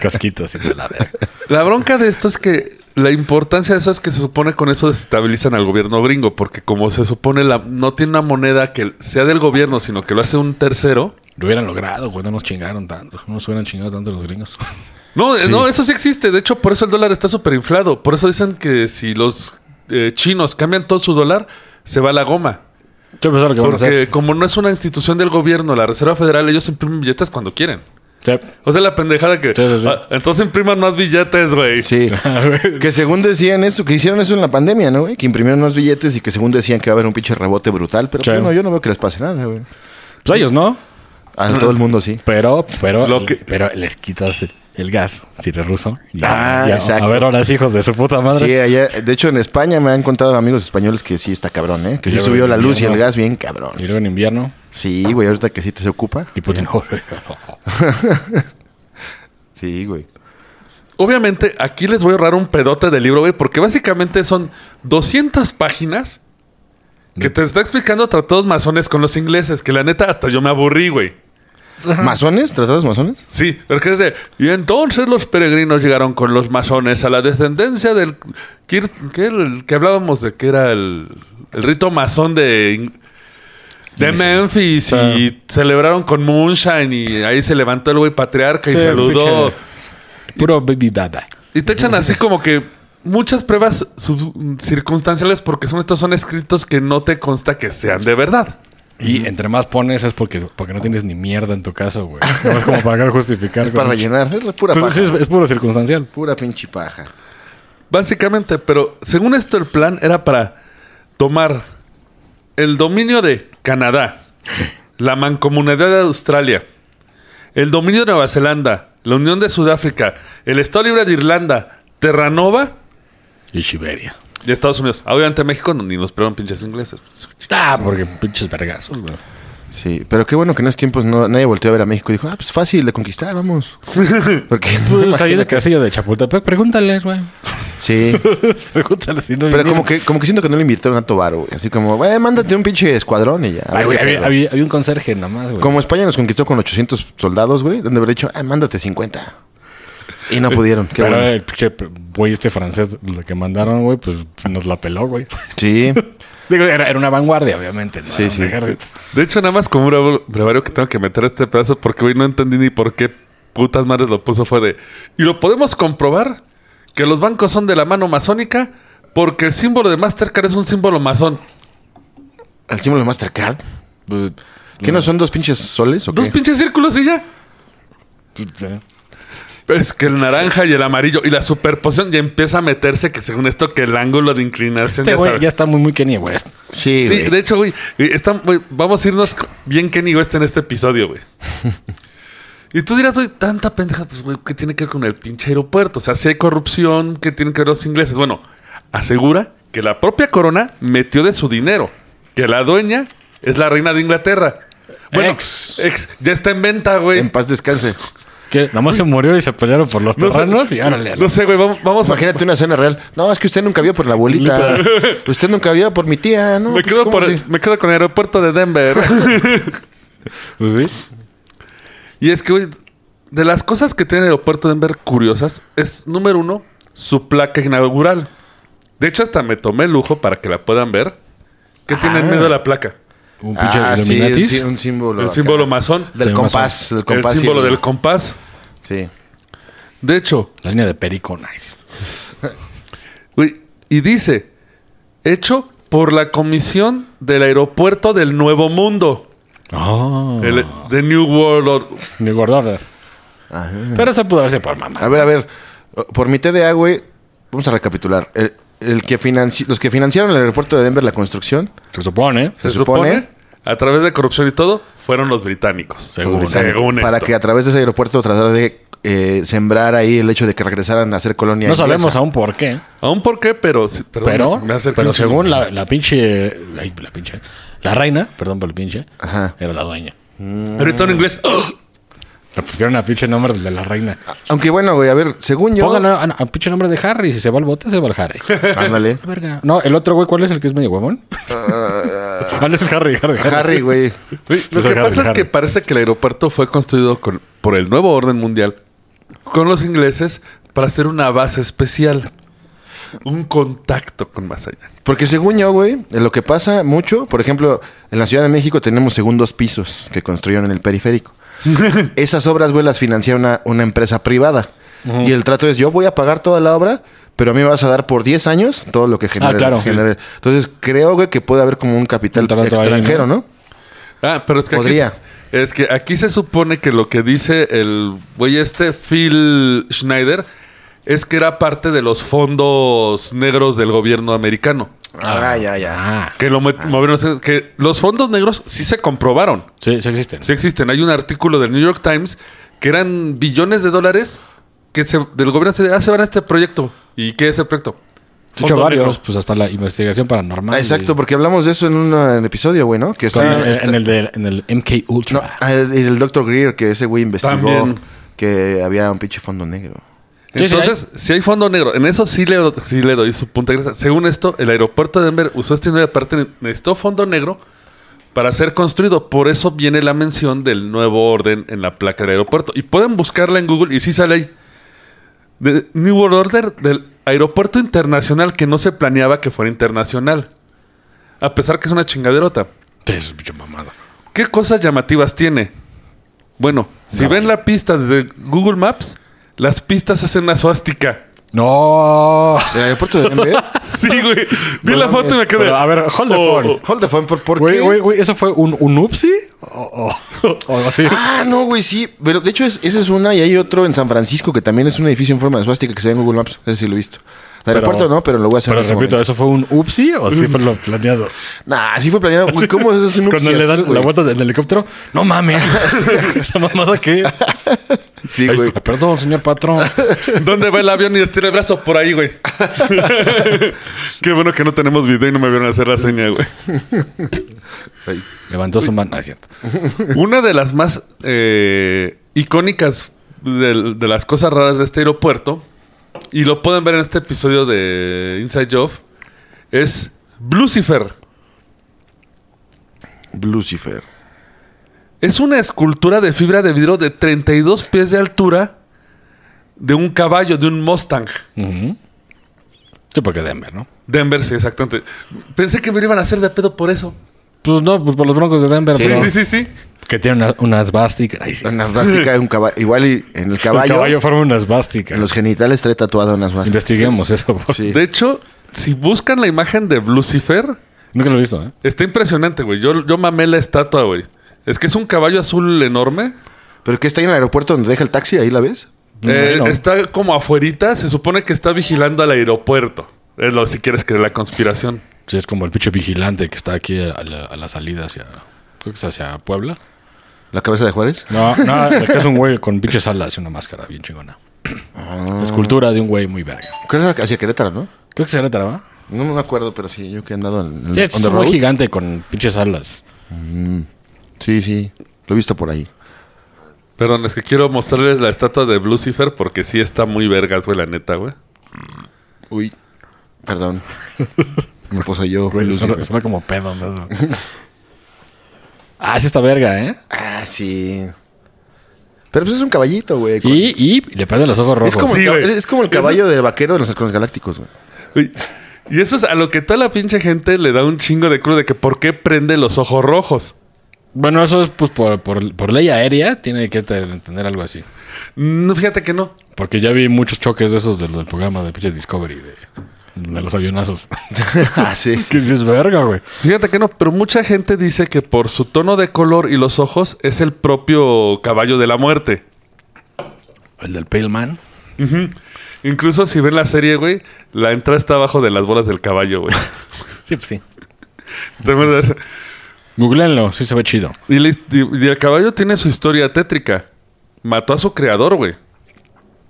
[SPEAKER 4] Casquitos y de la verga.
[SPEAKER 2] La bronca de esto es que la importancia de eso es que se supone con eso desestabilizan al gobierno gringo, porque como se supone la, no tiene una moneda que sea del gobierno, sino que lo hace un tercero.
[SPEAKER 4] Lo hubieran logrado, güey. No nos chingaron tanto. No nos hubieran chingado tanto los gringos.
[SPEAKER 2] No, eh, no, eso sí existe. De hecho, por eso el dólar está súper inflado. Por eso dicen que si los eh, chinos cambian todo su dólar, se va a la goma.
[SPEAKER 4] Yo pensaba lo que van a hacer.
[SPEAKER 2] Porque como no es una institución del gobierno, la Reserva Federal, ellos imprimen billetes cuando quieren.
[SPEAKER 4] Sí.
[SPEAKER 2] O sea, la pendejada que...
[SPEAKER 4] Sí, sí, sí.
[SPEAKER 2] Ah, entonces impriman más billetes, güey.
[SPEAKER 3] Sí.
[SPEAKER 4] Ah,
[SPEAKER 3] que según decían eso, que hicieron eso en la pandemia, ¿no, güey? Que imprimieron unos billetes y que según decían que va a haber un pinche rebote brutal, pero
[SPEAKER 4] Sí.
[SPEAKER 3] pues, bueno, yo no veo que les pase nada, güey.
[SPEAKER 4] Pues ellos no.
[SPEAKER 3] A todo el mundo sí.
[SPEAKER 4] Pero, pero,
[SPEAKER 2] Lo que-
[SPEAKER 4] pero les quitas el gas si eres ruso.
[SPEAKER 3] Ah, exacto.
[SPEAKER 4] A ver, ahora sí, hijos de su puta madre.
[SPEAKER 3] Sí, allá, de hecho en España me han contado amigos españoles que sí está cabrón, ¿eh? Que sí
[SPEAKER 4] Ya,
[SPEAKER 3] subió la luz y
[SPEAKER 4] ya,
[SPEAKER 3] el
[SPEAKER 4] ya.
[SPEAKER 3] gas bien cabrón.
[SPEAKER 4] Y luego en invierno.
[SPEAKER 3] Sí, güey, ahorita que sí te se ocupa.
[SPEAKER 4] Y pues Putin.
[SPEAKER 3] Sí, güey.
[SPEAKER 2] Obviamente, aquí les voy a ahorrar un pedote del libro, güey, porque básicamente son 200 páginas que te está explicando tratados masones con los ingleses, que la neta hasta yo me aburrí, güey.
[SPEAKER 3] ¿Masones? ¿Tratados masones?
[SPEAKER 2] Sí, porque es de... Y entonces los peregrinos llegaron con los masones a la descendencia del... Kir- ¿Qué? El que hablábamos de que era el, el rito masón de... In- De Memphis y
[SPEAKER 4] Ah.
[SPEAKER 2] celebraron con Moonshine y ahí se levantó el güey patriarca y
[SPEAKER 4] Sí,
[SPEAKER 2] saludó.
[SPEAKER 4] pinche- Puro baby dada.
[SPEAKER 2] Y te echan así como que muchas pruebas sub- circunstanciales porque son estos son escritos que no te consta que sean de verdad.
[SPEAKER 4] Y entre más pones es porque, porque no tienes ni mierda en tu caso, güey. No es como para justificar.
[SPEAKER 3] Para
[SPEAKER 4] con-
[SPEAKER 3] rellenar. Es la pura
[SPEAKER 4] Pues
[SPEAKER 3] paja.
[SPEAKER 4] es, es puro circunstancial.
[SPEAKER 3] Pura pinche paja.
[SPEAKER 2] Básicamente, pero según esto el plan era para tomar el dominio de Canadá, la mancomunidad de Australia, el dominio de Nueva Zelanda, la Unión de Sudáfrica, el Estado Libre de Irlanda, Terranova
[SPEAKER 4] Y Siberia.
[SPEAKER 2] y Estados Unidos. Obviamente México ni nos perdieron pinches ingleses.
[SPEAKER 4] Ah, porque pinches vergazos, güey.
[SPEAKER 3] Sí, pero qué bueno que en esos tiempos no, nadie volteó a ver a México y dijo, ah, pues fácil de conquistar, vamos. Porque
[SPEAKER 4] Pues ahí en el castillo de Chapultepec, pregúntales, güey.
[SPEAKER 3] Sí,
[SPEAKER 4] pregúntales si no
[SPEAKER 3] pero
[SPEAKER 4] vinieron.
[SPEAKER 3] como que, como que siento que no le invirtieron tanto varo, güey. Así como, güey, mándate un pinche escuadrón y ya. a ver
[SPEAKER 4] Ay, güey,
[SPEAKER 3] qué
[SPEAKER 4] había,
[SPEAKER 3] pedo".
[SPEAKER 4] había- había un conserje nada más, güey.
[SPEAKER 3] Como España nos conquistó con 800 soldados, güey, donde haber dicho, ah, mándate 50. Y no pudieron. Qué
[SPEAKER 4] Pero eh,
[SPEAKER 3] bueno.
[SPEAKER 4] el pinche güey este francés lo que mandaron, güey, pues nos la peló, güey.
[SPEAKER 3] Sí,
[SPEAKER 4] Digo, era, era una vanguardia, obviamente. ¿no?
[SPEAKER 3] Sí,
[SPEAKER 4] Era un
[SPEAKER 3] sí.
[SPEAKER 4] ejército.
[SPEAKER 2] De hecho, nada más como un bravo- brevario que tengo que meter este pedazo porque hoy no entendí ni por qué putas madres lo puso fue de... Y lo podemos comprobar que los bancos son de la mano masónica porque el símbolo de Mastercard es un símbolo masón.
[SPEAKER 3] al símbolo de Mastercard.
[SPEAKER 4] Pues,
[SPEAKER 3] ¿Qué no son dos pinches soles o
[SPEAKER 2] Dos
[SPEAKER 3] qué?
[SPEAKER 2] pinches círculos y ya.
[SPEAKER 4] Sí.
[SPEAKER 2] Pero Es que el naranja y el amarillo y la superposición ya empieza a meterse que según esto que el ángulo de inclinación
[SPEAKER 4] Este
[SPEAKER 2] ya
[SPEAKER 4] güey
[SPEAKER 2] sabes.
[SPEAKER 4] ya está muy, muy Kanye West.
[SPEAKER 3] Sí,
[SPEAKER 2] Sí,
[SPEAKER 3] güey.
[SPEAKER 2] de hecho, güey, eh, está- güey, vamos a irnos bien Kenny West en este episodio, güey. Y tú dirás, güey, tanta pendeja, pues, güey, ¿qué tiene que ver con el pinche aeropuerto? O sea, si hay corrupción, ¿qué tienen que ver los ingleses? Bueno, asegura que la propia corona metió de su dinero, que la dueña es la reina de Inglaterra. Bueno,
[SPEAKER 4] Ex.
[SPEAKER 2] ex, ya está en venta, güey.
[SPEAKER 3] En paz descanse.
[SPEAKER 4] Que nada más se murió y se pelearon por los terrenos y árale.
[SPEAKER 2] No sé, güey, vamos, vamos a...
[SPEAKER 3] Imagínate una cena real. No, es que usted nunca vio por la abuelita. usted nunca vio por mi tía, ¿no?
[SPEAKER 2] Me
[SPEAKER 3] Pues,
[SPEAKER 2] quedo,
[SPEAKER 3] ¿cómo
[SPEAKER 2] por-
[SPEAKER 3] sí?
[SPEAKER 2] me quedo con el aeropuerto de Denver.
[SPEAKER 4] Pues sí.
[SPEAKER 2] y es que, güey, de las cosas que tiene el aeropuerto de Denver curiosas, es número uno, su placa inaugural. De hecho, hasta me tomé el lujo para que la puedan ver. ¿Qué tiene en medio de la placa?
[SPEAKER 4] Un pinche
[SPEAKER 3] Ah, sí,
[SPEAKER 4] Illuminatis.
[SPEAKER 3] sí, un símbolo.
[SPEAKER 2] El
[SPEAKER 3] acá.
[SPEAKER 2] símbolo masón.
[SPEAKER 3] Del
[SPEAKER 4] Sí,
[SPEAKER 3] compás. Del
[SPEAKER 2] El
[SPEAKER 3] compás.
[SPEAKER 2] símbolo
[SPEAKER 3] sí,
[SPEAKER 2] del compás.
[SPEAKER 3] Sí.
[SPEAKER 2] De hecho,
[SPEAKER 4] La línea de Perico. ay.
[SPEAKER 2] güey, y dice, hecho por la comisión del aeropuerto del Nuevo Mundo.
[SPEAKER 4] Oh.
[SPEAKER 3] Ah.
[SPEAKER 2] El, de New World. Or-
[SPEAKER 4] Ni gordo.
[SPEAKER 3] Ah.
[SPEAKER 4] Pero eso pudo haberse por mamá.
[SPEAKER 3] A ver, a ver. Por mi TDA, güey, vamos a recapitular. El, el que financi- los que financiaron el aeropuerto de Denver, la construcción,
[SPEAKER 4] Se supone.
[SPEAKER 2] se,
[SPEAKER 3] ¿Se
[SPEAKER 2] supone,
[SPEAKER 3] supone?
[SPEAKER 2] a través de corrupción y todo, fueron los británicos.
[SPEAKER 4] Según.
[SPEAKER 3] los británicos,
[SPEAKER 2] Según
[SPEAKER 3] para
[SPEAKER 2] esto.
[SPEAKER 3] que a través de ese aeropuerto tratar de eh, sembrar ahí el hecho de que regresaran a ser colonia.
[SPEAKER 4] No
[SPEAKER 3] inglesa.
[SPEAKER 4] sabemos aún por qué.
[SPEAKER 2] Aún por qué, pero... sí, perdón,
[SPEAKER 4] Pero,
[SPEAKER 2] me acerqué
[SPEAKER 4] pero
[SPEAKER 2] un chingo.
[SPEAKER 4] según la, la pinche. ay, la pinche. La reina, perdón por el pinche.
[SPEAKER 3] Ajá.
[SPEAKER 4] Era la dueña.
[SPEAKER 2] Ahorita en inglés...
[SPEAKER 4] Mm. Le pusieron a pinche nombre de la reina.
[SPEAKER 3] Aunque bueno, güey, a ver, según yo.
[SPEAKER 4] Pónganle a, a pinche nombre de Harry. Si se va al bote, se va al Harry. Ah,
[SPEAKER 3] Ándale.
[SPEAKER 4] Verga. No, el otro güey, ¿cuál es el que es medio huevón? Ah, no, ese es Harry, Harry. Harry.
[SPEAKER 3] Harry, güey.
[SPEAKER 2] Güey, Lo
[SPEAKER 4] Los
[SPEAKER 2] que
[SPEAKER 4] agarra
[SPEAKER 2] pasa
[SPEAKER 4] del
[SPEAKER 2] es que
[SPEAKER 4] Harry.
[SPEAKER 2] parece que el aeropuerto fue construido con- por el nuevo orden mundial con los ingleses para hacer una base especial. Un contacto con más allá.
[SPEAKER 3] Porque según yo, güey, eh, lo que pasa mucho, por ejemplo, en la Ciudad de México tenemos segundos pisos que construyeron en el periférico. Esas obras, güey, las financia una, una empresa privada. Y el trato es, yo voy a pagar toda la obra, pero a mí me vas a dar por 10 años todo lo que genere.
[SPEAKER 4] Ah, claro.
[SPEAKER 3] genere. Entonces, creo, güey, que puede haber como un capital
[SPEAKER 4] Un trato ahí,
[SPEAKER 3] extranjero,
[SPEAKER 4] ¿no?
[SPEAKER 3] ¿no?
[SPEAKER 2] Ah, pero es que
[SPEAKER 3] Podría.
[SPEAKER 2] aquí... Es que aquí se supone que lo que dice el güey este, Phil Schneider, es que era parte de los fondos negros del gobierno americano.
[SPEAKER 3] Ah, ya, ya.
[SPEAKER 4] Ah,
[SPEAKER 2] Que lo mo- movieron... Que los fondos negros sí se comprobaron.
[SPEAKER 4] sí, sí existen.
[SPEAKER 2] Sí existen. Hay un artículo del New York Times que eran billones de dólares que se, del gobierno se, ah, se van a este proyecto. ¿Y qué es el proyecto?
[SPEAKER 4] De hecho,
[SPEAKER 2] Fondo
[SPEAKER 4] varios,
[SPEAKER 2] negro.
[SPEAKER 4] pues hasta la investigación paranormal.
[SPEAKER 3] Ah,
[SPEAKER 4] y-
[SPEAKER 3] exacto, porque hablamos de eso en un eh, episodio, güey, ¿no? Que
[SPEAKER 4] Con-
[SPEAKER 3] está-
[SPEAKER 4] en,
[SPEAKER 3] está-
[SPEAKER 4] el de- en el MK Ultra.
[SPEAKER 3] No, ah, el, el Dr. Greer, que ese güey investigó
[SPEAKER 2] También.
[SPEAKER 3] que había un pinche fondo negro.
[SPEAKER 4] Sí, sí,
[SPEAKER 2] Entonces, si hay fondo negro, en eso sí le, do- sí le doy su punta de gracia. Según esto, el aeropuerto de Denver usó este nuevo parte, necesitó fondo negro para ser construido. Por eso viene la mención del nuevo orden en la placa del aeropuerto. Y pueden buscarla en Google y sí sale ahí. De- New World Order del aeropuerto internacional que no se planeaba que fuera internacional. A pesar que es una chingaderota.
[SPEAKER 4] Sí, eso es pinche mamada.
[SPEAKER 2] ¿Qué cosas llamativas tiene? Bueno, si ven la pista desde Google Maps, las pistas hacen una suástica.
[SPEAKER 4] No.
[SPEAKER 3] ¿El aeropuerto de Denver?
[SPEAKER 2] Sí, güey. Vi la foto y me quedé.
[SPEAKER 4] Pero, a ver, hold the
[SPEAKER 2] Oh,
[SPEAKER 4] phone.
[SPEAKER 3] Hold the phone, ¿por, por
[SPEAKER 4] Güey,
[SPEAKER 3] qué?
[SPEAKER 4] güey, güey, ¿eso fue un, un upsi? O, o- o algo así.
[SPEAKER 3] Ah, no, güey, sí. Pero de hecho, es- esa es una y hay otro en San Francisco que también es un edificio en forma de suástica que se ve en Google Maps. Ese sí lo he visto. El aeropuerto no, pero lo voy a hacer.
[SPEAKER 4] Pero
[SPEAKER 3] en ese
[SPEAKER 4] repito,
[SPEAKER 3] momento.
[SPEAKER 4] ¿eso fue un upsi o sí fue lo planeado?
[SPEAKER 3] Nah, sí fue planeado. Güey, ¿cómo es eso? Es un
[SPEAKER 4] Cuando
[SPEAKER 3] upsi
[SPEAKER 4] le dan
[SPEAKER 3] así,
[SPEAKER 4] la
[SPEAKER 3] güey?
[SPEAKER 4] vuelta del helicóptero, no mames. Esa mamada que.
[SPEAKER 3] Sí, güey.
[SPEAKER 4] Perdón, señor patrón.
[SPEAKER 2] ¿Dónde va el avión y estira el brazo? Por ahí, güey. Qué bueno que no tenemos video y no me vieron hacer la seña, güey.
[SPEAKER 4] Levantó su mano. Ah, es cierto.
[SPEAKER 2] Una de las más eh, icónicas del- de, las cosas raras de este aeropuerto, y lo pueden ver en este episodio de Inside Job, es Lucifer.
[SPEAKER 3] Lucifer.
[SPEAKER 2] Es una escultura de fibra de vidrio de 32 pies de altura de un caballo, de un Mustang.
[SPEAKER 4] Ujú. Sí, porque Denver, ¿no?
[SPEAKER 2] Denver, sí, exactamente. Pensé que me lo iban a hacer de pedo por eso.
[SPEAKER 4] Pues no, pues por los broncos de Denver.
[SPEAKER 2] Sí,
[SPEAKER 4] pero-
[SPEAKER 2] sí, sí, sí.
[SPEAKER 4] Que tiene una, una svástica. Ay, sí. Ah,
[SPEAKER 3] Una suástica de un caballo. Igual y en el
[SPEAKER 4] El
[SPEAKER 3] caballo,
[SPEAKER 4] caballo forma una svástica.
[SPEAKER 3] en los genitales trae tatuada una suástica.
[SPEAKER 4] Investiguemos eso. por-
[SPEAKER 3] Sí.
[SPEAKER 2] De hecho, si buscan la imagen de Lucifer,
[SPEAKER 4] Nunca lo he visto, ¿eh?
[SPEAKER 2] está impresionante, güey. Yo, yo mamé la estatua, güey. Es que es un caballo azul enorme.
[SPEAKER 3] ¿Pero qué está ahí en el aeropuerto donde deja el taxi? ¿Ahí la ves?
[SPEAKER 2] Eh,
[SPEAKER 4] Bueno.
[SPEAKER 2] está como afuerita. Se supone que está vigilando al aeropuerto. Es lo si quieres creer la conspiración.
[SPEAKER 4] Sí, es como el pinche vigilante que está aquí a la, a la salida hacia. Creo que es hacia Puebla.
[SPEAKER 3] ¿La cabeza de Juárez?
[SPEAKER 4] No, no, de que es un güey con pinches alas y una máscara bien chingona.
[SPEAKER 3] Ah.
[SPEAKER 4] Escultura de un güey muy verga.
[SPEAKER 3] Creo que hacia Querétaro, ¿no?
[SPEAKER 4] Creo que se le traba.
[SPEAKER 3] No me acuerdo, pero sí, yo que he andado en el
[SPEAKER 4] Sí, es
[SPEAKER 3] on the
[SPEAKER 4] un güey
[SPEAKER 3] road.
[SPEAKER 4] gigante con pinches alas.
[SPEAKER 3] Sí, sí. Lo he visto por ahí.
[SPEAKER 2] Perdón, es que quiero mostrarles la estatua de Lucifer porque sí está muy vergas, güey, la neta, güey.
[SPEAKER 3] Uy. Perdón. Me poseyó.
[SPEAKER 4] Güey,
[SPEAKER 3] Lucifer.
[SPEAKER 4] suena, suena como pedo. ¿no? ah, sí está verga, ¿eh?
[SPEAKER 3] Ah, sí. Pero pues es un caballito, güey. con-
[SPEAKER 4] Y, y le prenden los ojos rojos.
[SPEAKER 3] Es como,
[SPEAKER 2] Sí,
[SPEAKER 3] el, cab-
[SPEAKER 2] güey.
[SPEAKER 3] es como el caballo de vaquero de los halcones galácticos, güey.
[SPEAKER 2] Uy, Y eso es a lo que toda la pinche gente le da un chingo de cruz de que por qué prende los ojos rojos.
[SPEAKER 4] Bueno, eso es pues por, por, por ley aérea, tiene que te- entender algo así.
[SPEAKER 2] No, Mm, fíjate que no.
[SPEAKER 4] Porque ya vi muchos choques de esos del, del programa de pinche Discovery, de, de los avionazos.
[SPEAKER 3] ah, sí.
[SPEAKER 4] es que sí es verga, güey.
[SPEAKER 2] Fíjate que no, pero mucha gente dice que por su tono de color y los ojos es el propio caballo de la muerte.
[SPEAKER 4] El del Pale Man.
[SPEAKER 2] Incluso si ven la serie, güey, la entrada está abajo de las bolas del caballo, güey.
[SPEAKER 4] Sí, pues sí.
[SPEAKER 2] De verdad.
[SPEAKER 4] Googleenlo, sí se ve chido.
[SPEAKER 2] Y, le- y- y el caballo tiene su historia tétrica. Mató a su creador, güey.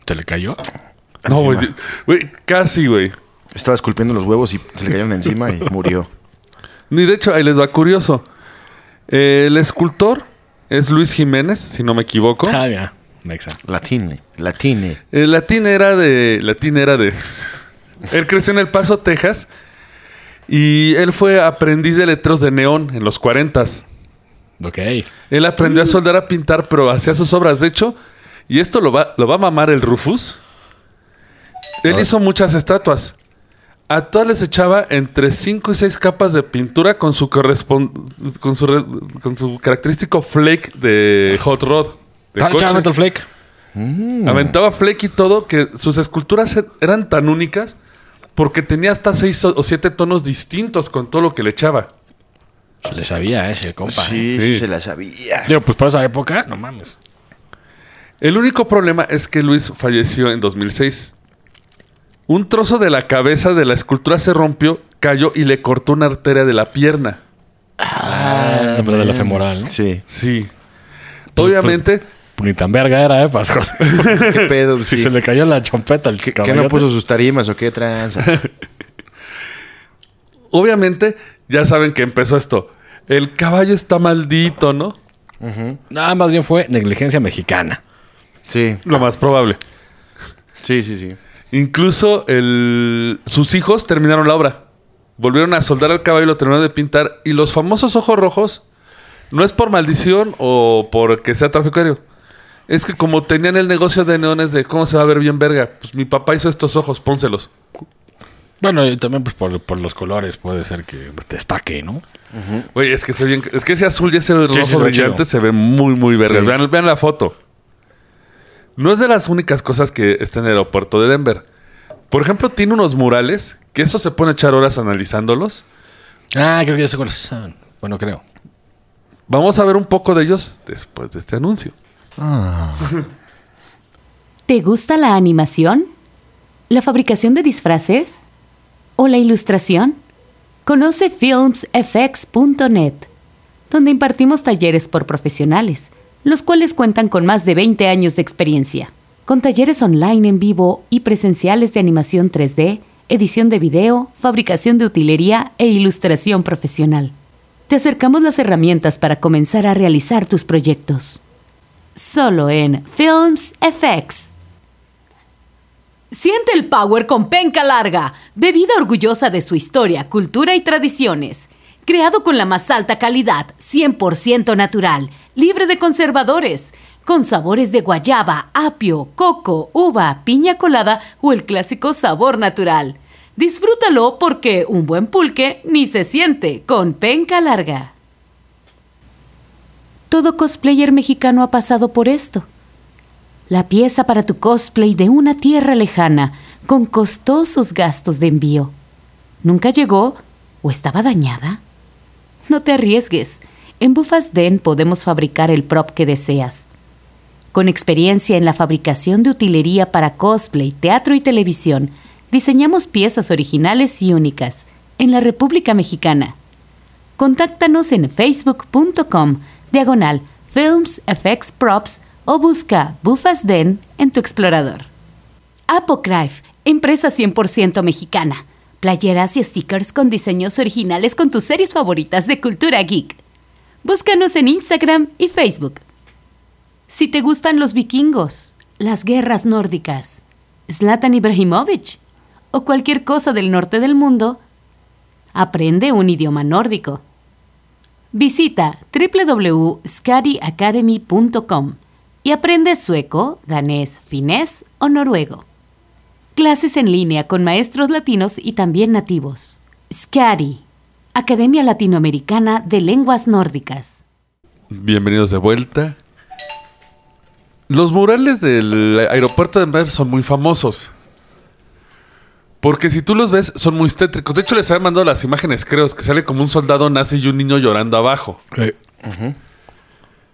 [SPEAKER 4] ¿Se le cayó?
[SPEAKER 2] No, güey. Güey, casi, güey.
[SPEAKER 3] Ah, Estaba esculpiendo los huevos y se le cayeron encima y murió.
[SPEAKER 2] Ni de hecho, ahí les va curioso. Eh, el escultor es Luis Jiménez, si no me equivoco.
[SPEAKER 4] Ah, ya. Nexa.
[SPEAKER 3] Latine. Latine.
[SPEAKER 2] El latín era de. Latín era de. Él creció en El Paso, Texas. Y él fue aprendiz de letreros de neón en los 40
[SPEAKER 4] Ok.
[SPEAKER 2] Él aprendió a soldar, a pintar, pero hacía sus obras. De hecho, y esto lo va, lo va a mamar el Rufus. Él hizo muchas estatuas. A todas les echaba entre 5 y 6 capas de pintura con su, correspon- con su, re- con su característico flake de hot rod. de
[SPEAKER 4] Ah,
[SPEAKER 2] coche.
[SPEAKER 4] chao, Metal Flake.
[SPEAKER 2] Aventaba flake y todo, que sus esculturas e- eran tan únicas porque tenía hasta 6 o 7 tonos distintos con todo lo que le echaba.
[SPEAKER 4] Se le sabía, ¿eh? Ese compa. Sí.
[SPEAKER 3] Sí,
[SPEAKER 2] Sí.
[SPEAKER 3] sí, se la sabía.
[SPEAKER 4] Yo, pues para esa época, no mames.
[SPEAKER 2] El único problema es que Luis falleció en 2006. Un trozo de la cabeza de la escultura se rompió, cayó y le cortó una arteria de la pierna.
[SPEAKER 4] Ah, pero de la femoral, ¿no?
[SPEAKER 3] Sí.
[SPEAKER 2] Sí. Pues, Obviamente,
[SPEAKER 4] Ni tan verga era, ¿eh, Pascual?
[SPEAKER 3] ¿Qué pedo?
[SPEAKER 4] Si
[SPEAKER 3] Sí.
[SPEAKER 4] se le cayó la chompeta al
[SPEAKER 3] ¿Qué,
[SPEAKER 4] que
[SPEAKER 3] qué no puso sus tarimas o qué tranza?
[SPEAKER 2] obviamente, ya saben que empezó esto. El caballo está maldito, ¿no?
[SPEAKER 4] Nada, más bien fue negligencia mexicana.
[SPEAKER 3] Sí,
[SPEAKER 2] Lo más probable.
[SPEAKER 3] sí, sí, sí.
[SPEAKER 2] Incluso el- sus hijos terminaron la obra. Volvieron a soldar al caballo, lo terminaron de pintar. Y los famosos ojos rojos no es por maldición o porque sea traficario. Es que como tenían el negocio de neones de cómo se va a ver bien verga, pues mi papá hizo estos ojos, pónselos.
[SPEAKER 4] Bueno, y también pues por, por los colores puede ser que destaque, ¿no?
[SPEAKER 2] Güey, es que se ve bien- es que ese azul y ese rojo
[SPEAKER 4] sí, se ve
[SPEAKER 2] brillante
[SPEAKER 4] chido.
[SPEAKER 2] se ve muy, muy verga.
[SPEAKER 4] Sí.
[SPEAKER 2] Vean, vean la foto. No es de las únicas cosas que está en el aeropuerto de Denver. Por ejemplo, tiene unos murales que eso se pone a echar horas analizándolos.
[SPEAKER 4] Ah, creo que ya sé cuáles son. Bueno, creo.
[SPEAKER 2] Vamos a ver un poco de ellos después de este anuncio.
[SPEAKER 1] ¿Te gusta la animación? ¿La fabricación de disfraces? ¿O la ilustración? Conoce filmsfx.net, donde impartimos talleres por profesionales, los cuales cuentan con más de 20 años de experiencia, con talleres online en vivo y presenciales de animación 3D, edición de video, fabricación de utilería e ilustración profesional. Te acercamos las herramientas para comenzar a realizar tus proyectos solo en Films FX. Siente el power con penca larga, bebida orgullosa de su historia, cultura y tradiciones. Creado con la más alta calidad, 100% natural, libre de conservadores, con sabores de guayaba, apio, coco, uva, piña colada o el clásico sabor natural. Disfrútalo porque un buen pulque ni se siente con penca larga. Todo cosplayer mexicano ha pasado por esto. La pieza para tu cosplay de una tierra lejana, con costosos gastos de envío. ¿Nunca llegó o estaba dañada? No te arriesgues. En Bufas Den podemos fabricar el prop que deseas. Con experiencia en la fabricación de utilería para cosplay, teatro y televisión, diseñamos piezas originales y únicas en la República Mexicana. Contáctanos en facebook.com diagonal Films FX Props o busca Bufas Den en tu explorador. Apocryph, empresa 100% mexicana. Playeras y stickers con diseños originales con tus series favoritas de cultura geek. Búscanos en Instagram y Facebook. Si te gustan los vikingos, las guerras nórdicas, Zlatan Ibrahimovic o cualquier cosa del norte del mundo, aprende un idioma nórdico. Visita www.skadiacademy.com y aprende sueco, danés, finés o noruego. Clases en línea con maestros latinos y también nativos. SCADI, Academia Latinoamericana de Lenguas Nórdicas.
[SPEAKER 2] Bienvenidos de vuelta. Los murales del aeropuerto de Denver son muy famosos. Porque si tú los ves, son muy tétricos. De hecho, les han mandado las imágenes, creo, que sale como un soldado nazi y un niño llorando abajo.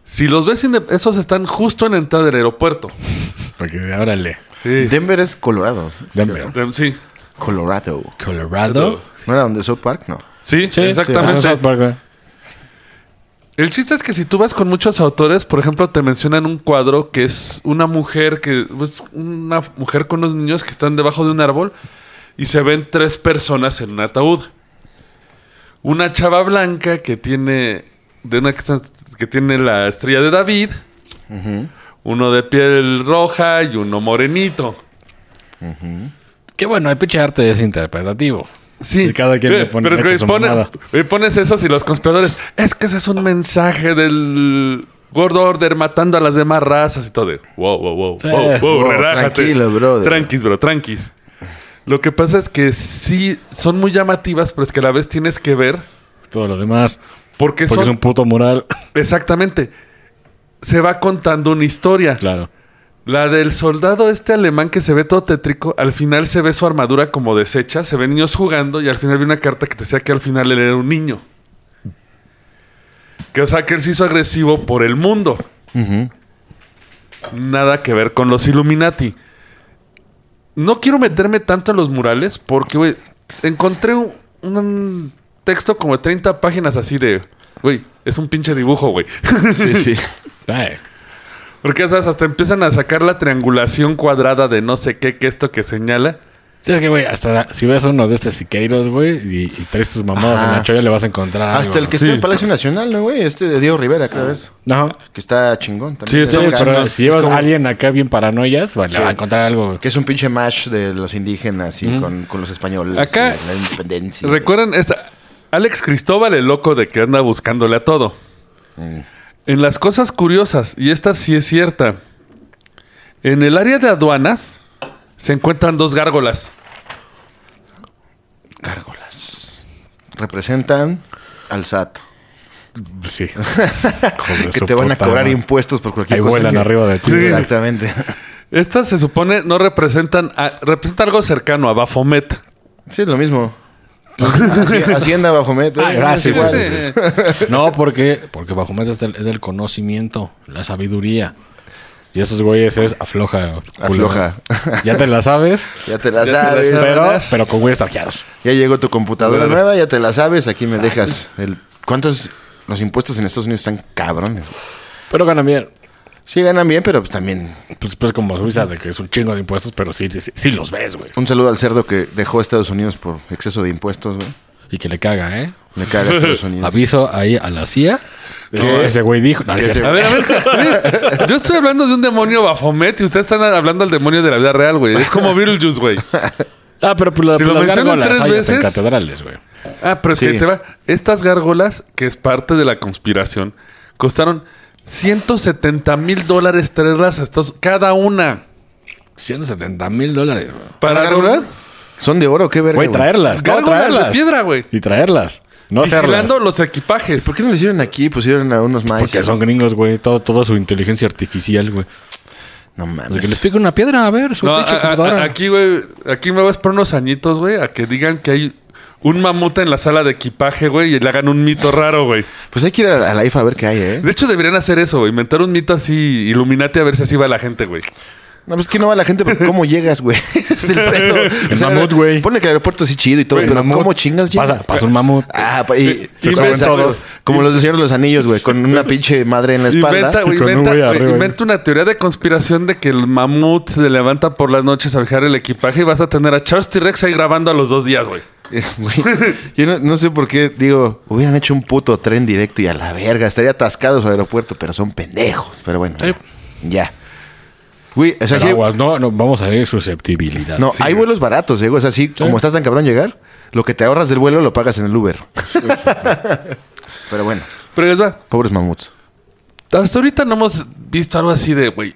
[SPEAKER 2] Si los ves, inde- esos están justo en la entrada del aeropuerto.
[SPEAKER 4] Porque órale.
[SPEAKER 3] Denver es Colorado.
[SPEAKER 4] Denver.
[SPEAKER 2] Eh, Sí,
[SPEAKER 3] Colorado.
[SPEAKER 4] Colorado.
[SPEAKER 3] ¿No era donde South Park? No.
[SPEAKER 2] sí,
[SPEAKER 4] Sí,
[SPEAKER 2] exactamente.
[SPEAKER 4] sí, South Park, güey.
[SPEAKER 2] El chiste es que si tú vas con muchos autores, por ejemplo, te mencionan un cuadro que es una mujer que es una mujer con unos niños que están debajo de un árbol y se ven tres personas en un ataúd. Una chava blanca que tiene de una que, está- que tiene la estrella de David, uno de piel roja y uno morenito.
[SPEAKER 4] Qué bueno, el pinche arte es interpretativo.
[SPEAKER 2] Sí,
[SPEAKER 4] Y cada quien
[SPEAKER 2] Eh,
[SPEAKER 4] le pone-
[SPEAKER 2] pero
[SPEAKER 4] le
[SPEAKER 2] güey,
[SPEAKER 4] echa su
[SPEAKER 2] pone-
[SPEAKER 4] mamada.
[SPEAKER 2] güey, pones esos y los conspiradores. Es que ese es un mensaje del World Order matando a las demás razas y todo. de, Wow, wow, wow.
[SPEAKER 4] Sí.
[SPEAKER 2] wow, wow,
[SPEAKER 3] Wow,
[SPEAKER 2] relájate.
[SPEAKER 3] tranquilo, brother.
[SPEAKER 2] Tranquis, bro, tranquis. Lo que pasa es que sí son muy llamativas, pero es que a la vez tienes que ver
[SPEAKER 4] Todo lo demás.
[SPEAKER 2] porque,
[SPEAKER 4] Porque
[SPEAKER 2] son.
[SPEAKER 4] es un puto mural.
[SPEAKER 2] Exactamente. Se va contando una historia.
[SPEAKER 4] Claro.
[SPEAKER 2] La del soldado este alemán que se ve todo tétrico, al final se ve su armadura como deshecha, se ven niños jugando y al final vi una carta que te decía que al final él era un niño. Que o sea que él se hizo agresivo por el mundo. Nada que ver con los Illuminati. No quiero meterme tanto en los murales porque, güey, encontré un, un texto como de 30 páginas así de, güey, es un pinche dibujo, güey.
[SPEAKER 3] Sí, sí.
[SPEAKER 4] Ay,
[SPEAKER 2] Porque ya sabes, hasta empiezan a sacar la triangulación cuadrada de no sé qué, que esto que señala.
[SPEAKER 4] Sí, es que, güey, hasta si ves uno de estos siqueiros, güey, y, y traes tus mamadas
[SPEAKER 3] Ajá.
[SPEAKER 4] en la cholla, le vas a encontrar.
[SPEAKER 3] Hasta
[SPEAKER 4] algo,
[SPEAKER 3] el que
[SPEAKER 4] ¿no?
[SPEAKER 3] está en Palacio Nacional, ¿no, güey? Este de Diego Rivera,
[SPEAKER 4] Ah.
[SPEAKER 3] creo es.
[SPEAKER 4] No,
[SPEAKER 3] Que está chingón también.
[SPEAKER 2] Sí, está
[SPEAKER 4] sí,
[SPEAKER 2] muy
[SPEAKER 3] acá,
[SPEAKER 4] pero
[SPEAKER 3] ¿no?
[SPEAKER 4] si
[SPEAKER 3] Es
[SPEAKER 4] llevas
[SPEAKER 3] como
[SPEAKER 4] a alguien acá bien paranoias, vale,
[SPEAKER 3] Sí.
[SPEAKER 4] le va a encontrar algo. güey.
[SPEAKER 3] Que es un pinche match de los indígenas y con, con los españoles.
[SPEAKER 2] Acá-
[SPEAKER 3] y La independencia.
[SPEAKER 2] Recuerdan, es Alex Cristóbal, el loco de que anda buscándole a todo. En las cosas curiosas, y esta sí es cierta. En el área de aduanas se encuentran dos gárgolas.
[SPEAKER 3] Gárgolas. Representan al SAT.
[SPEAKER 4] Sí. Hijos de
[SPEAKER 3] Que
[SPEAKER 4] su
[SPEAKER 3] te van a
[SPEAKER 4] puta
[SPEAKER 3] cobrar
[SPEAKER 4] madre.
[SPEAKER 3] impuestos por cualquier
[SPEAKER 4] Ahí
[SPEAKER 3] cosa.
[SPEAKER 4] vuelan
[SPEAKER 3] que-
[SPEAKER 4] arriba de ti.
[SPEAKER 3] Sí. Exactamente.
[SPEAKER 2] Estas se supone no representan, a- representa algo cercano a Bafomet.
[SPEAKER 3] Sí, es lo mismo. Haci- Hacienda bajo meta.
[SPEAKER 4] Ah, gracias.
[SPEAKER 3] Igual.
[SPEAKER 4] Sí, sí, sí. No, porque, porque bajo meta es del, es del conocimiento, la sabiduría. Y esos güeyes es afloja. culo.
[SPEAKER 3] Afloja.
[SPEAKER 4] Ya te la sabes,
[SPEAKER 3] Ya te la
[SPEAKER 2] te la
[SPEAKER 3] sabes.
[SPEAKER 2] sabes.
[SPEAKER 4] pero, pero con güeyes tarjeados.
[SPEAKER 3] Ya llegó tu computadora
[SPEAKER 2] Órale.
[SPEAKER 3] nueva, ya te la sabes. Aquí me dejas. El... ¿Cuántos? Los impuestos en Estados Unidos están cabrones. güey.
[SPEAKER 4] Pero ganan bien.
[SPEAKER 3] Sí ganan bien, pero pues también...
[SPEAKER 4] Pues, pues como Suiza, de que es un chingo de impuestos, pero sí, sí, sí los ves, güey.
[SPEAKER 3] Un saludo al cerdo que dejó a Estados Unidos por exceso de impuestos, güey.
[SPEAKER 4] Y que le caga, ¿eh?
[SPEAKER 3] Me caga Estados Unidos.
[SPEAKER 4] Aviso ahí a la CIA.
[SPEAKER 3] ¿Qué?
[SPEAKER 4] Ese güey dijo. No,
[SPEAKER 3] Que
[SPEAKER 4] es
[SPEAKER 3] se-
[SPEAKER 4] cierto.
[SPEAKER 2] A ver, a ver. miren, Yo estoy hablando de un demonio Bafomet y ustedes están hablando al demonio de la vida real, güey. Es como Beetlejuice, güey.
[SPEAKER 4] Ah, pero pues, la-
[SPEAKER 2] Si
[SPEAKER 4] pues
[SPEAKER 2] lo
[SPEAKER 4] las
[SPEAKER 2] mencionan
[SPEAKER 4] gárgolas
[SPEAKER 2] tres
[SPEAKER 4] hay hasta en
[SPEAKER 2] veces-
[SPEAKER 4] catedrales, güey.
[SPEAKER 2] Ah, pero es que
[SPEAKER 3] Sí.
[SPEAKER 2] ahí te va. Estas gárgolas, que es parte de la conspiración, costaron 170 mil dólares tres razas. Estos- cada una.
[SPEAKER 4] 170 mil dólares, güey.
[SPEAKER 3] ¿Para gárgola? ¿Son de oro? ¿Qué verga,
[SPEAKER 4] Güey, traerlas. No,
[SPEAKER 2] Gárgolas de
[SPEAKER 4] traerlas.
[SPEAKER 2] piedra, güey.
[SPEAKER 4] Y traerlas. No hacerlas.
[SPEAKER 2] Vigilando los equipajes.
[SPEAKER 3] ¿Por qué no lo hicieron aquí? Pusieron a unos maíz.
[SPEAKER 4] Porque son gringos, güey. Todo, toda su inteligencia artificial, güey.
[SPEAKER 3] No
[SPEAKER 4] El que
[SPEAKER 3] mames.
[SPEAKER 4] les pica una piedra, a ver, su
[SPEAKER 2] No,
[SPEAKER 4] pinche
[SPEAKER 2] a- a-
[SPEAKER 4] computadora.
[SPEAKER 2] a- aquí, güey, aquí me vas por unos añitos, güey, a que digan que hay un mamut en la sala de equipaje, güey, y le hagan un mito raro, güey.
[SPEAKER 3] Pues hay que ir a la, a la IFA a ver qué hay, ¿eh?
[SPEAKER 2] De hecho, deberían hacer eso, güey. Inventar un mito así, iluminate a ver si así va la gente, güey.
[SPEAKER 3] No, pues es que no va la gente, porque ¿cómo llegas, güey? es el pedo.
[SPEAKER 4] El mamut, güey.
[SPEAKER 3] Pone que el aeropuerto sí chido y todo,
[SPEAKER 4] Güey,
[SPEAKER 3] pero
[SPEAKER 4] mamut.
[SPEAKER 3] ¿cómo chingas llegas?
[SPEAKER 4] Pasa, pasa un mamut.
[SPEAKER 3] Ah, pa- y,
[SPEAKER 4] Se
[SPEAKER 3] y
[SPEAKER 4] suben
[SPEAKER 3] pensa,
[SPEAKER 4] todos.
[SPEAKER 3] güey, Como los de Señor de los Anillos, güey, con una pinche madre en la espalda.
[SPEAKER 2] Inventa, güey,
[SPEAKER 4] Y con un
[SPEAKER 2] inventa-
[SPEAKER 4] güey
[SPEAKER 2] güey,
[SPEAKER 4] arriba,
[SPEAKER 2] inventa una teoría de conspiración de que el mamut se levanta por las noches a viajar el equipaje y vas a tener a Charles T-Rex ahí grabando a los dos días, güey.
[SPEAKER 3] Güey, yo no, no sé por qué, digo, hubieran hecho un puto tren directo y a la verga, estaría atascado su aeropuerto, pero son pendejos. Pero bueno,
[SPEAKER 4] Sí.
[SPEAKER 3] ya. Güey, o sea,
[SPEAKER 4] Pero
[SPEAKER 3] sí-
[SPEAKER 4] aguas, no, no, vamos a ver susceptibilidad.
[SPEAKER 3] no, ah, hay vuelos baratos, eh, güey. O sea, sí, como está tan cabrón llegar, lo que te ahorras del vuelo lo pagas en el Uber. pero bueno,
[SPEAKER 2] Pero les va.
[SPEAKER 3] pobres mamuts.
[SPEAKER 2] Hasta ahorita no hemos visto algo así de, güey.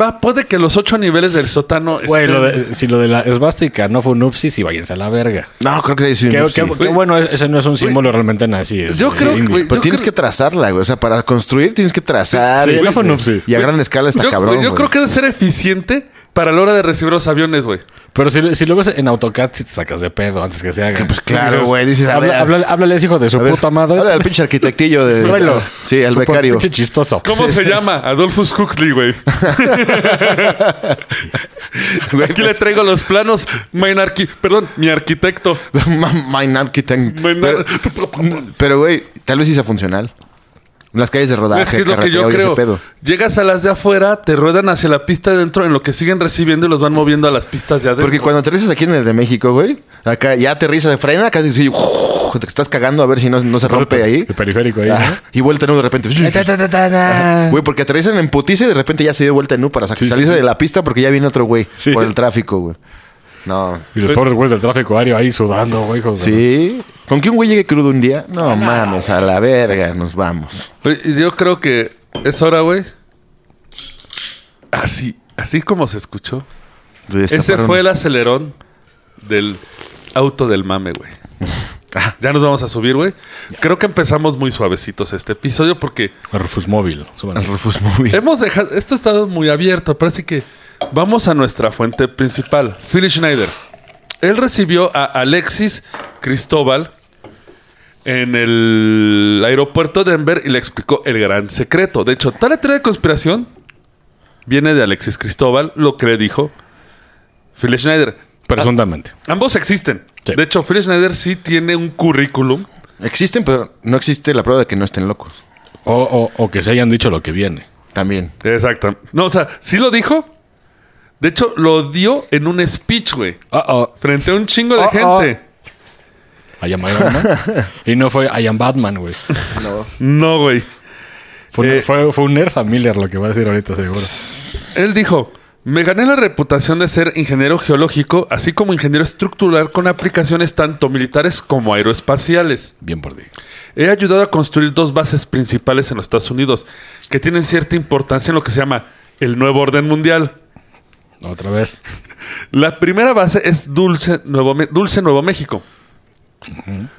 [SPEAKER 2] Va, puede que los ocho niveles del sótano.
[SPEAKER 4] Güey,
[SPEAKER 2] estén-
[SPEAKER 4] lo de- este, si lo de la esvástica no fue un upsis, y váyanse a la verga.
[SPEAKER 3] No, creo que sí.
[SPEAKER 4] Qué,
[SPEAKER 3] no, sí.
[SPEAKER 4] qué- qué bueno, e-, ese no es un símbolo realmente nazi. es-
[SPEAKER 2] Yo
[SPEAKER 4] es
[SPEAKER 2] creo que,
[SPEAKER 4] indie.
[SPEAKER 2] güey,
[SPEAKER 3] Pero
[SPEAKER 2] yo
[SPEAKER 3] tienes
[SPEAKER 2] creo-
[SPEAKER 3] que trazarla, güey. O sea, para construir tienes que trazar.
[SPEAKER 4] Sí,
[SPEAKER 3] y,
[SPEAKER 4] no fue nupsi.
[SPEAKER 3] y a gran escala está
[SPEAKER 2] yo,
[SPEAKER 3] cabrón.
[SPEAKER 2] güey, yo
[SPEAKER 3] güey.
[SPEAKER 2] creo que debe ser eficiente para la hora de recibir los aviones, güey.
[SPEAKER 4] Pero si, si lo ves en AutoCAD, si te sacas de pedo antes que se haga.
[SPEAKER 3] pues claro, güey, dices, a
[SPEAKER 4] "Habla-
[SPEAKER 3] ver, a-
[SPEAKER 4] háblale, háblale, hijo de su
[SPEAKER 3] A ver,
[SPEAKER 4] puta madre.
[SPEAKER 3] háblale al pinche arquitectillo de.
[SPEAKER 4] Tráelo.
[SPEAKER 3] Sí, al
[SPEAKER 4] Su
[SPEAKER 3] becario.
[SPEAKER 4] Pinche chistoso.
[SPEAKER 2] ¿Cómo se llama? Adolphus Huxley, güey.
[SPEAKER 3] Güey,
[SPEAKER 2] Aquí le traigo los planos. Main arqui- Perdón, mi arquitecto.
[SPEAKER 3] Mine Architect.
[SPEAKER 2] Mine
[SPEAKER 3] Pero- Pero, güey, tal vez sí sea funcional. Las calles de rodaje,
[SPEAKER 2] Es que es lo que
[SPEAKER 3] carretera,
[SPEAKER 2] yo
[SPEAKER 3] y ese
[SPEAKER 2] creo.
[SPEAKER 3] pedo.
[SPEAKER 2] Llegas a las de afuera, te ruedan hacia la pista de dentro, en lo que siguen recibiendo y los van moviendo a las pistas de adentro.
[SPEAKER 3] Porque cuando aterrizas aquí en el de México, güey, acá ya aterriza de frena, acá dices, "Ujú", te estás cagando a ver si no, no se rompe ahí.
[SPEAKER 4] El periférico ahí.
[SPEAKER 3] Ah, y vuelta en U de repente. Ajá. Güey, porque aterrizan en putiza y de repente ya se dio vuelta en U para sac-
[SPEAKER 4] Sí, sí,
[SPEAKER 3] salirse
[SPEAKER 4] sí.
[SPEAKER 3] de la pista porque ya viene otro güey
[SPEAKER 4] Sí.
[SPEAKER 3] por el tráfico, güey. No.
[SPEAKER 4] Y los pobres güeyes del tráfico aéreo ahí sudando, güey. hijos de-
[SPEAKER 3] Sí. ¿Con que un güey llegue crudo un día? No, mames, a la verga, nos vamos.
[SPEAKER 2] Oye, Yo creo que es hora, güey. Así, así como se escuchó. Ese
[SPEAKER 3] Destaparon-
[SPEAKER 2] fue el acelerón del auto del mame, güey.
[SPEAKER 3] Ah.
[SPEAKER 2] Ya nos vamos a subir, güey. Creo que empezamos muy suavecitos este episodio porque
[SPEAKER 4] El Rufus Móvil. súbanle.
[SPEAKER 3] El Rufus Movie.
[SPEAKER 2] hemos dejado. Esto ha estado muy abierto, pero así que vamos a nuestra fuente principal, Phil Schneider. Él recibió a Alexis Cristóbal en el aeropuerto de Denver y le explicó el gran secreto. De hecho, tal teoría de conspiración viene de Alexis Cristóbal, lo que le dijo Phil Schneider.
[SPEAKER 4] Presuntamente.
[SPEAKER 2] Ambos existen.
[SPEAKER 4] Sí.
[SPEAKER 2] De hecho, Phil Schneider sí tiene un currículum.
[SPEAKER 3] Existen, pero no existe la prueba de que no estén locos.
[SPEAKER 4] O, o- o que se hayan dicho lo que viene.
[SPEAKER 3] También.
[SPEAKER 2] Exacto. No, o sea, sí lo dijo. De hecho, lo dio en un speech, güey.
[SPEAKER 4] Ah, ah,
[SPEAKER 2] Frente a un chingo de
[SPEAKER 4] Oh, oh.
[SPEAKER 2] gente.
[SPEAKER 4] I am Iron Man. y no fue I am Batman, güey.
[SPEAKER 2] No, güey.
[SPEAKER 4] Fue,
[SPEAKER 2] Eh.
[SPEAKER 4] fue, fue un Ersa Miller lo que va a decir ahorita, seguro.
[SPEAKER 2] Él dijo, me gané la reputación de ser ingeniero geológico, así como ingeniero estructural con aplicaciones tanto militares como aeroespaciales.
[SPEAKER 4] Bien por ti.
[SPEAKER 2] He ayudado a construir dos bases principales en los Estados Unidos, que tienen cierta importancia en lo que se llama el nuevo orden mundial.
[SPEAKER 4] Otra vez.
[SPEAKER 2] La primera base es Dulce Nuevo, Me- Dulce Nuevo México.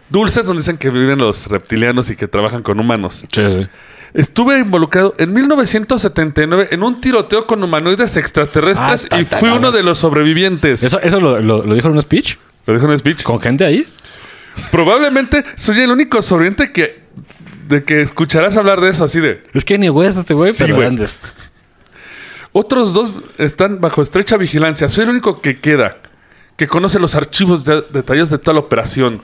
[SPEAKER 2] Dulce es donde dicen que viven los reptilianos y que trabajan con humanos.
[SPEAKER 4] Sí, sí.
[SPEAKER 2] Estuve involucrado en 1979 en un tiroteo con humanoides extraterrestres
[SPEAKER 4] Ah, ta,
[SPEAKER 2] y
[SPEAKER 4] ta,
[SPEAKER 2] fui
[SPEAKER 4] la
[SPEAKER 2] uno de los sobrevivientes.
[SPEAKER 4] ¿Eso, eso lo, lo- lo dijo en un speech?
[SPEAKER 2] Lo dijo en un speech.
[SPEAKER 4] ¿Con gente ahí?
[SPEAKER 2] Probablemente soy el único sobreviviente que de que escucharás hablar de eso así de.
[SPEAKER 4] Es que ni güey es este güey,
[SPEAKER 2] Sí,
[SPEAKER 4] pero
[SPEAKER 2] güey.
[SPEAKER 4] antes.
[SPEAKER 2] Otros dos están bajo estrecha vigilancia. Soy el único que queda, que conoce los archivos de- detallados de toda la operación.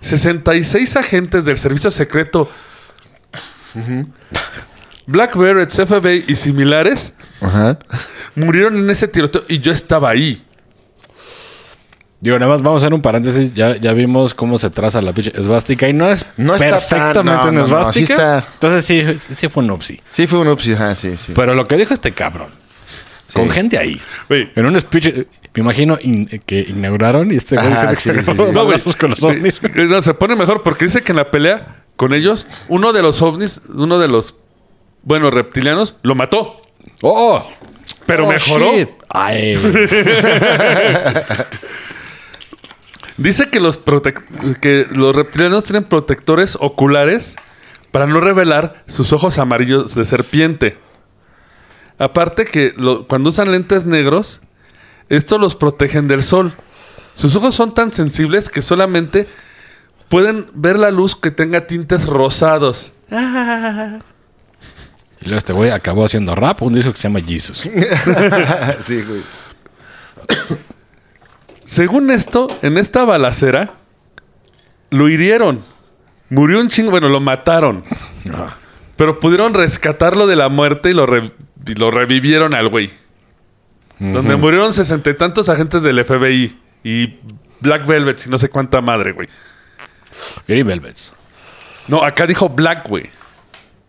[SPEAKER 2] 66 agentes del servicio secreto, Black Berets, FBI y similares
[SPEAKER 3] Ajá.
[SPEAKER 2] murieron en ese tiroteo y yo estaba ahí.
[SPEAKER 4] Digo, nada más vamos a hacer un paréntesis. Ya, ya vimos cómo se traza la pinche esvástica y no es
[SPEAKER 3] No está tan-
[SPEAKER 4] perfectamente
[SPEAKER 3] no,
[SPEAKER 4] una
[SPEAKER 3] no, no, sí
[SPEAKER 4] esvástica.
[SPEAKER 3] está.
[SPEAKER 4] Entonces sí, sí fue un upsi.
[SPEAKER 3] Sí, fue un upsi. Ajá, sí, sí.
[SPEAKER 4] Pero lo que dijo este cabrón, con gente ahí,
[SPEAKER 2] Güey.
[SPEAKER 4] en un speech, eh, me imagino in- eh, que inauguraron y este güey
[SPEAKER 3] Ajá, sí,
[SPEAKER 4] se
[SPEAKER 3] sí, sí.
[SPEAKER 2] No,
[SPEAKER 4] no,
[SPEAKER 2] güey.
[SPEAKER 4] con los ovnis.
[SPEAKER 2] Eh, no, se pone mejor porque dice que en la pelea con ellos, uno de los ovnis, uno de los, bueno, reptilianos, lo mató.
[SPEAKER 4] ¡Oh!
[SPEAKER 2] Pero
[SPEAKER 4] oh,
[SPEAKER 2] mejoró.
[SPEAKER 4] shit. Ay, güey.
[SPEAKER 2] Dice que los, protec- que los reptilianos tienen protectores oculares para no revelar sus ojos amarillos de serpiente. Aparte que lo- cuando usan lentes negros, estos los protegen del sol. Sus ojos son tan sensibles que solamente pueden ver la luz que tenga tintes rosados.
[SPEAKER 4] Y luego este güey acabó haciendo rap, un disco que se llama Jesus. Pues-
[SPEAKER 3] sí, güey.
[SPEAKER 2] Según esto, en esta balacera Lo hirieron. Murió un chingo. Bueno, lo mataron.
[SPEAKER 4] Ah.
[SPEAKER 2] Pero pudieron rescatarlo de la muerte y lo, re- y lo revivieron al güey. Donde murieron sesenta y tantos agentes del FBI y Black Velvet y no sé cuánta madre, güey.
[SPEAKER 4] Green Velvets.
[SPEAKER 2] No, acá dijo Black, güey.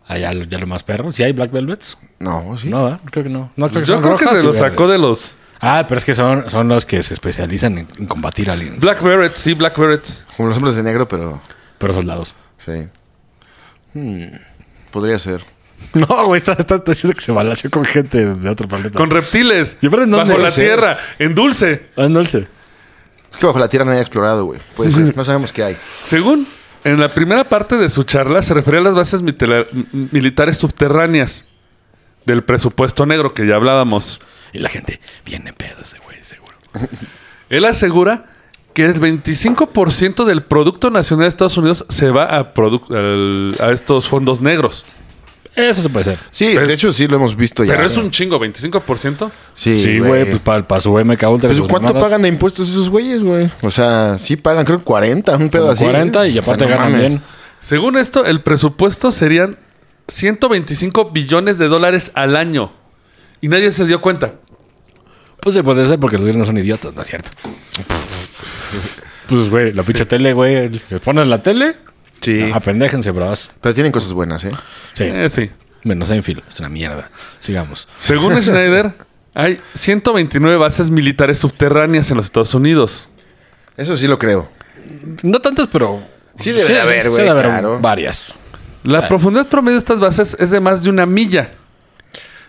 [SPEAKER 4] Allá lo, ya lo más perro. ¿Sí hay Black Velvets?
[SPEAKER 3] No, sí.
[SPEAKER 4] No, ¿verdad? creo que no. No, creo que
[SPEAKER 2] Yo
[SPEAKER 4] son
[SPEAKER 2] creo que
[SPEAKER 4] rojas
[SPEAKER 2] se
[SPEAKER 4] y
[SPEAKER 2] lo sacó
[SPEAKER 4] verdes.
[SPEAKER 2] de los
[SPEAKER 4] Ah, pero es que son, son los que se especializan en, en combatir aliens.
[SPEAKER 2] Black Berets, sí, Black Berets.
[SPEAKER 3] Como los hombres de negro, pero
[SPEAKER 4] Pero soldados.
[SPEAKER 3] sí. Hmm, Podría ser.
[SPEAKER 4] No, güey, está, está, está diciendo que se balanceó con gente de otro planeta.
[SPEAKER 2] Con reptiles.
[SPEAKER 4] ¿Y aparte en dónde?
[SPEAKER 2] bajo la
[SPEAKER 3] Sí.
[SPEAKER 2] tierra, en dulce.
[SPEAKER 4] Ah, no sé.
[SPEAKER 3] Es que bajo la tierra no hay explorado, güey. Puede ser. No sabemos qué hay.
[SPEAKER 2] Según, en la primera parte de su charla se refería a las bases mitela- m- militares subterráneas del presupuesto negro que ya hablábamos.
[SPEAKER 4] Y la gente viene pedo ese güey, seguro.
[SPEAKER 2] Él asegura que el 25% del Producto Nacional de Estados Unidos se va a, produc- al- a estos fondos negros.
[SPEAKER 4] Eso se puede ser.
[SPEAKER 3] Sí,
[SPEAKER 2] Pero-
[SPEAKER 3] de hecho sí lo hemos visto ya.
[SPEAKER 2] Pero es un chingo, 25%.
[SPEAKER 3] Sí,
[SPEAKER 4] Sí, güey, pues para su MK Ultra. y
[SPEAKER 3] Pues,
[SPEAKER 4] sus
[SPEAKER 3] ¿Cuánto
[SPEAKER 4] mamadas,
[SPEAKER 3] pagan de impuestos esos güeyes, güey? O sea, sí pagan, creo que 40, un pedo
[SPEAKER 4] como
[SPEAKER 3] así.
[SPEAKER 4] 40 y
[SPEAKER 3] O sea,
[SPEAKER 4] aparte
[SPEAKER 3] no
[SPEAKER 4] ganan
[SPEAKER 3] mames.
[SPEAKER 4] bien.
[SPEAKER 2] Según esto, el presupuesto serían 125 billones de dólares al año. Y nadie se dio cuenta.
[SPEAKER 4] Pues se puede ser porque los gringos son idiotas, ¿no es cierto? Pues, güey, la pinche tele, güey. Les ponen la tele.
[SPEAKER 3] Sí.
[SPEAKER 4] Apendéjense, bros.
[SPEAKER 3] Pero tienen cosas buenas, ¿eh?
[SPEAKER 4] Sí.
[SPEAKER 2] Eh, sí.
[SPEAKER 4] Menos Enfield. Es una mierda. Sigamos.
[SPEAKER 2] Según Schneider, hay 129 bases militares subterráneas en los Estados Unidos.
[SPEAKER 3] Eso sí lo creo.
[SPEAKER 4] No tantas, pero.
[SPEAKER 3] Sí debe de haber, güey,
[SPEAKER 4] debe haber
[SPEAKER 3] claro.
[SPEAKER 4] varias.
[SPEAKER 2] La
[SPEAKER 4] Ah.
[SPEAKER 2] profundidad promedio de estas bases es de más de una milla.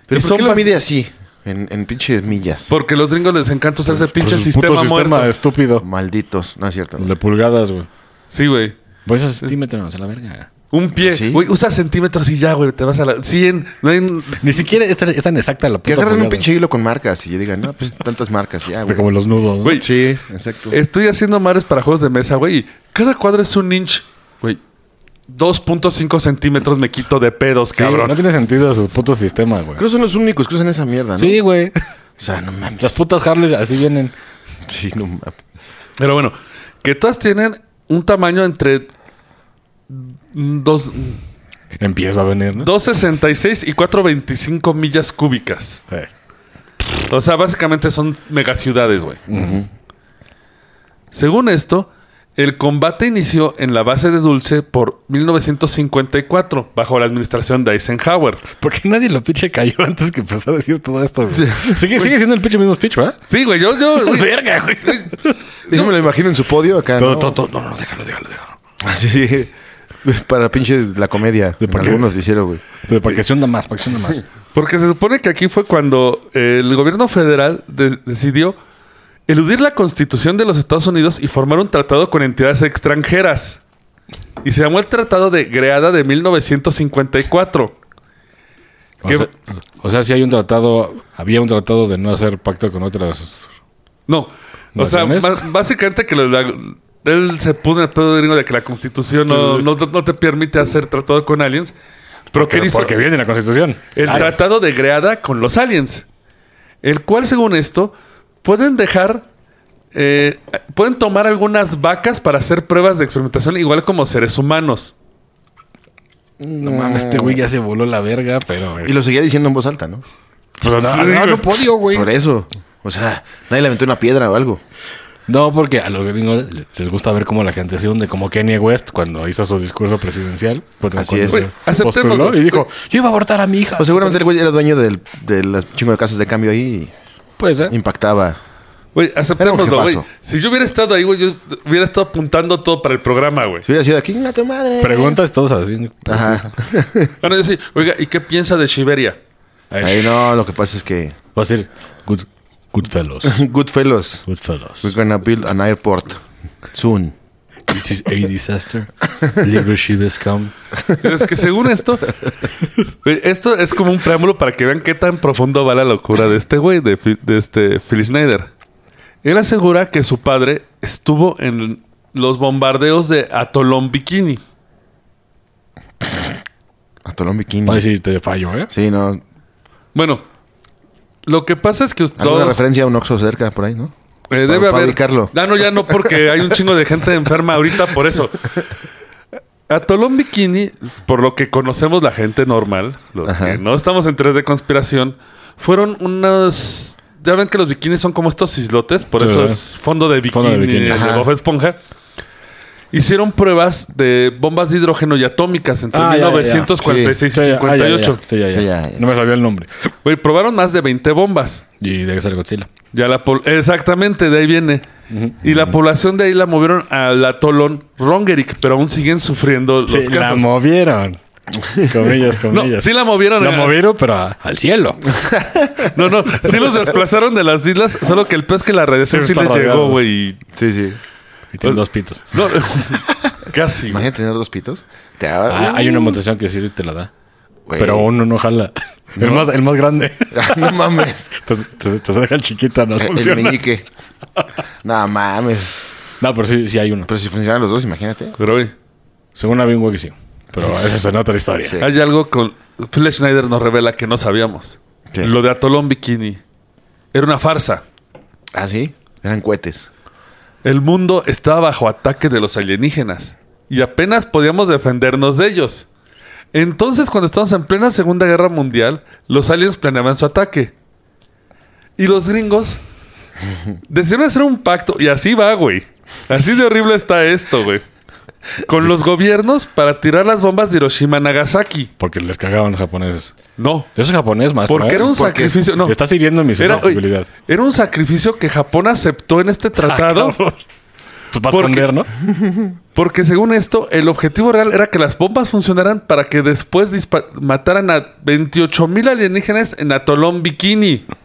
[SPEAKER 3] Pero
[SPEAKER 2] Y
[SPEAKER 3] ¿por
[SPEAKER 2] son
[SPEAKER 3] qué lo
[SPEAKER 2] bas-
[SPEAKER 3] mide así? En, en pinche millas.
[SPEAKER 2] Porque los gringos les encanta usar ese pinche
[SPEAKER 4] Pues,
[SPEAKER 2] sistema
[SPEAKER 4] puto
[SPEAKER 2] muerto.
[SPEAKER 4] sistema estúpido.
[SPEAKER 3] Malditos. No es cierto.
[SPEAKER 4] El de pulgadas, güey.
[SPEAKER 2] Sí, güey.
[SPEAKER 4] Voy a centímetros, a la verga.
[SPEAKER 2] Un pie.
[SPEAKER 3] Sí.
[SPEAKER 2] Güey, usa centímetros y ya, güey. Te vas a la... 100. No hay...
[SPEAKER 4] Ni siquiera es tan, es tan exacta la
[SPEAKER 3] Que
[SPEAKER 4] puta
[SPEAKER 3] agarren un
[SPEAKER 4] pulgada.
[SPEAKER 3] pinche hilo con marcas y yo digan, no, pues tantas marcas, ya, güey.
[SPEAKER 4] Como los nudos. ¿no?
[SPEAKER 2] Güey,
[SPEAKER 3] Sí, exacto.
[SPEAKER 2] Estoy haciendo mares para juegos de mesa, güey. y Cada cuadro es un inch. Güey. 2.5 centímetros me quito de pedos,
[SPEAKER 4] Sí,
[SPEAKER 2] cabrón.
[SPEAKER 4] No tiene sentido su puto sistema, güey.
[SPEAKER 3] Creo que son los únicos que usan esa mierda, ¿no?
[SPEAKER 4] Sí, güey.
[SPEAKER 3] O sea, no mames.
[SPEAKER 4] Las putas Harley así vienen.
[SPEAKER 3] Sí, no mames.
[SPEAKER 2] Pero bueno, que todas tienen un tamaño entre dos-
[SPEAKER 4] En pies va a venir, ¿no?
[SPEAKER 2] 2.66 y 4.25 millas cúbicas.
[SPEAKER 4] Eh.
[SPEAKER 2] O sea, básicamente son megaciudades, güey. Según esto, el combate inició en la base de Dulce por 1954, bajo la administración de Eisenhower.
[SPEAKER 4] Porque nadie lo pinche cayó antes que empezara a decir todo esto, güey. Sigue, sigue siendo el pinche mismo speech, ¿verdad?
[SPEAKER 2] Sí, güey, yo... yo güey.
[SPEAKER 3] Yo me lo imagino en su podio acá.
[SPEAKER 4] Todo,
[SPEAKER 3] ¿no?
[SPEAKER 4] todo, todo. No, no, déjalo, déjalo, déjalo.
[SPEAKER 3] Así. Para pinche la comedia.
[SPEAKER 4] ¿De
[SPEAKER 3] en
[SPEAKER 4] por qué?
[SPEAKER 3] algunos hicieron, güey.
[SPEAKER 4] Pero para que se hunda más, para que se hunda más.
[SPEAKER 2] Porque se supone que aquí fue cuando eh, el gobierno federal de- decidió eludir la constitución de los Estados Unidos y formar un tratado con entidades extranjeras. Y se llamó el Tratado de Greada de 1954.
[SPEAKER 4] O
[SPEAKER 2] ¿Qué?
[SPEAKER 4] sea, o sea, si hay un tratado, había un tratado de no hacer pacto con otras.
[SPEAKER 2] No, o sea,
[SPEAKER 4] ¿Naciones?
[SPEAKER 2] ba- básicamente que lo- la- él se puso en el pedo gringo de que la constitución no, no- no te permite hacer tratado con aliens. Pero ¿qué
[SPEAKER 4] Porque,
[SPEAKER 2] hizo?
[SPEAKER 4] porque viene la constitución.
[SPEAKER 2] El
[SPEAKER 4] Ay,
[SPEAKER 2] tratado de Greada con los aliens. El cual, según esto, pueden dejar. eh, pueden tomar algunas vacas para hacer pruebas de experimentación, igual como seres humanos.
[SPEAKER 4] No mames, este güey ya se voló la verga, pero.
[SPEAKER 3] Y lo seguía diciendo en voz alta, ¿no?
[SPEAKER 4] Pues, no,
[SPEAKER 2] Sí,
[SPEAKER 4] no,
[SPEAKER 2] güey.
[SPEAKER 4] no podio, güey.
[SPEAKER 3] Por eso. O sea, nadie le aventó una piedra o algo.
[SPEAKER 4] No, porque a los gringos le- les gusta ver cómo la gente se hunde, como Kanye West cuando hizo su discurso presidencial. cuando-
[SPEAKER 3] Así
[SPEAKER 4] cuando
[SPEAKER 3] es. Pues,
[SPEAKER 4] se
[SPEAKER 3] Güey,
[SPEAKER 2] aceptémoslo.
[SPEAKER 4] postuló y dijo, yo iba a abortar a mi hija.
[SPEAKER 3] O seguramente el güey era dueño del- de las chingo de casas de cambio ahí
[SPEAKER 4] Pues,
[SPEAKER 3] y impactaba.
[SPEAKER 2] Güey, aceptémoslo, güey.
[SPEAKER 3] jefazo.
[SPEAKER 2] Si yo hubiera estado ahí, güey, yo hubiera estado apuntando todo para el programa, güey.
[SPEAKER 3] Si hubiera sido aquí, a tu
[SPEAKER 2] Eh.
[SPEAKER 3] madre.
[SPEAKER 4] Preguntas todos así.
[SPEAKER 3] Ajá.
[SPEAKER 2] Bueno, yo sí, oiga, ¿y qué piensa de Shiberia?
[SPEAKER 3] Ahí no, lo que pasa es que.
[SPEAKER 4] Va a ser good, good fellows.
[SPEAKER 3] Goodfellas.
[SPEAKER 4] Good fellows.
[SPEAKER 3] We're gonna build an airport soon.
[SPEAKER 4] This is a disaster. Leadership has come.
[SPEAKER 2] Pero es que según esto, güey, esto es como un preámbulo para que vean qué tan profundo va la locura de este güey, de, Fi- de este Phil Schneider. Él asegura que su padre estuvo en los bombardeos de Atolón Bikini.
[SPEAKER 3] A Tolón Bikini.
[SPEAKER 4] Ay, sí, te fallo, ¿eh?
[SPEAKER 3] Sí, no.
[SPEAKER 2] Bueno, lo que pasa es que
[SPEAKER 3] Alguna
[SPEAKER 2] todos,
[SPEAKER 3] referencia a un Oxxo cerca por ahí, ¿no?
[SPEAKER 2] Eh,
[SPEAKER 3] Para-
[SPEAKER 2] debe
[SPEAKER 3] para
[SPEAKER 2] haber.
[SPEAKER 3] ubicarlo.
[SPEAKER 2] Ah, no, ya no, porque hay un chingo de gente enferma ahorita por eso. Atolón Bikini, por lo que conocemos la gente normal, los
[SPEAKER 3] Ajá.
[SPEAKER 2] que no estamos en tres de conspiración, fueron unos. Ya ven que los bikinis son como estos islotes, por
[SPEAKER 4] Sí,
[SPEAKER 2] eso
[SPEAKER 4] ¿verdad?
[SPEAKER 2] es fondo de bikini,
[SPEAKER 4] Fondo de bikini.
[SPEAKER 2] de
[SPEAKER 3] Ajá.
[SPEAKER 2] Bob Esponja. Hicieron pruebas de bombas de hidrógeno y atómicas entre
[SPEAKER 4] Ah, ya, ya, ya.
[SPEAKER 2] 1946
[SPEAKER 4] Sí,
[SPEAKER 2] y
[SPEAKER 4] ya, ah, ya, ya,
[SPEAKER 2] 58.
[SPEAKER 4] sí, ya, ya.
[SPEAKER 3] Sí, ya, ya.
[SPEAKER 4] No me sabía el nombre.
[SPEAKER 2] Güey, probaron más de 20 bombas.
[SPEAKER 4] Y debe ser Godzilla.
[SPEAKER 2] Ya la pol- Exactamente, de ahí viene. Y la población de ahí la movieron al atolón Rongerik, pero aún siguen sufriendo los
[SPEAKER 4] Sí, la
[SPEAKER 2] casos.
[SPEAKER 4] movieron. Comillas,
[SPEAKER 2] no,
[SPEAKER 4] comillas.
[SPEAKER 2] sí la movieron.
[SPEAKER 4] La
[SPEAKER 2] eh.
[SPEAKER 4] movieron, pero a- al cielo.
[SPEAKER 2] No, no, sí los desplazaron de las islas, solo que el pez que la radiación
[SPEAKER 4] Sí,
[SPEAKER 2] sí,
[SPEAKER 4] está
[SPEAKER 2] les
[SPEAKER 4] rodeado,
[SPEAKER 2] llegó, güey. y-
[SPEAKER 3] Sí, sí.
[SPEAKER 4] Y tiene dos pitos.
[SPEAKER 2] No, casi. güey.
[SPEAKER 3] Imagínate tener dos pitos. Te va-
[SPEAKER 4] Ah, hay una mutación que sí te la da.
[SPEAKER 3] Güey. Ah,
[SPEAKER 4] Pero uno no jala. El, más, el más grande.
[SPEAKER 3] no mames.
[SPEAKER 4] te, te- te deja el chiquito, no
[SPEAKER 3] El- El
[SPEAKER 4] funciona.
[SPEAKER 3] meñique. No mames.
[SPEAKER 4] No, pero sí, sí hay uno.
[SPEAKER 3] Pero si funcionan los dos, imagínate.
[SPEAKER 2] Pero, güey,
[SPEAKER 4] Según había un güey que sí. Pero esa es en otra historia.
[SPEAKER 3] Sí.
[SPEAKER 2] hay algo con. Phil Schneider nos revela que no sabíamos.
[SPEAKER 3] ¿Qué?
[SPEAKER 2] Lo de atolón Bikini era una farsa.
[SPEAKER 3] Ah, sí. Eran cohetes.
[SPEAKER 2] El mundo estaba bajo ataque de los alienígenas y apenas podíamos defendernos de ellos. Entonces, cuando estamos en plena Segunda Guerra Mundial, los aliens planeaban su ataque. Y los gringos decidieron hacer un pacto y así va, güey. Así de horrible está esto, güey. Con los gobiernos para tirar las bombas de Hiroshima a Nagasaki.
[SPEAKER 4] Porque les cagaban los japoneses.
[SPEAKER 2] No,
[SPEAKER 4] Yo soy japonés, maestro. ¿eh?
[SPEAKER 2] porque era un
[SPEAKER 3] ¿Por qué?
[SPEAKER 2] sacrificio. No,
[SPEAKER 4] Estás hiriendo mi
[SPEAKER 2] era, oye,
[SPEAKER 4] sensibilidad.
[SPEAKER 2] era un sacrificio que Japón aceptó en este
[SPEAKER 4] Ah,
[SPEAKER 2] tratado.
[SPEAKER 4] Pues vas a
[SPEAKER 2] Porque-
[SPEAKER 4] esconder, ¿no?
[SPEAKER 2] Porque según esto, el objetivo real era que las bombas funcionaran para que después dispa- mataran a 28 mil alienígenas en Atolón Bikini.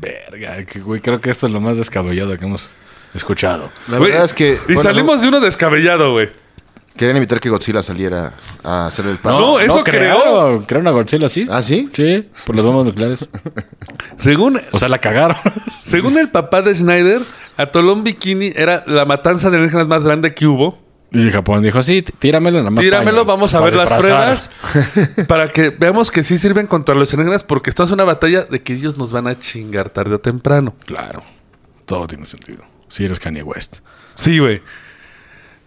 [SPEAKER 4] Verga, que, güey, creo que esto es lo más descabellado que hemos escuchado.
[SPEAKER 3] La
[SPEAKER 2] Güey,
[SPEAKER 3] verdad es que.
[SPEAKER 2] Y
[SPEAKER 3] bueno,
[SPEAKER 2] salimos de uno descabellado, güey.
[SPEAKER 3] Querían evitar que Godzilla saliera a hacer el
[SPEAKER 2] No,
[SPEAKER 3] paro.
[SPEAKER 4] eh.
[SPEAKER 2] eso
[SPEAKER 4] crearon. Crearon una Godzilla así.
[SPEAKER 3] ¿Ah, sí?
[SPEAKER 4] Sí, por las bombas nucleares.
[SPEAKER 2] Según,
[SPEAKER 4] O sea, la cagaron.
[SPEAKER 2] según el papá de Schneider, Atolón Bikini era la matanza de alienígenas más grande que hubo.
[SPEAKER 4] Y Japón dijo, sí, t- tíramelo nada más.
[SPEAKER 2] Tíramelo,
[SPEAKER 4] para-
[SPEAKER 2] vamos a ver
[SPEAKER 4] para
[SPEAKER 2] las
[SPEAKER 4] disfrazar.
[SPEAKER 2] pruebas para que veamos que sí sirven contra los alienígenas porque esta es una batalla de que ellos nos van a chingar tarde o temprano.
[SPEAKER 4] Claro, todo tiene sentido. Si eres Kanye West.
[SPEAKER 2] Sí, güey.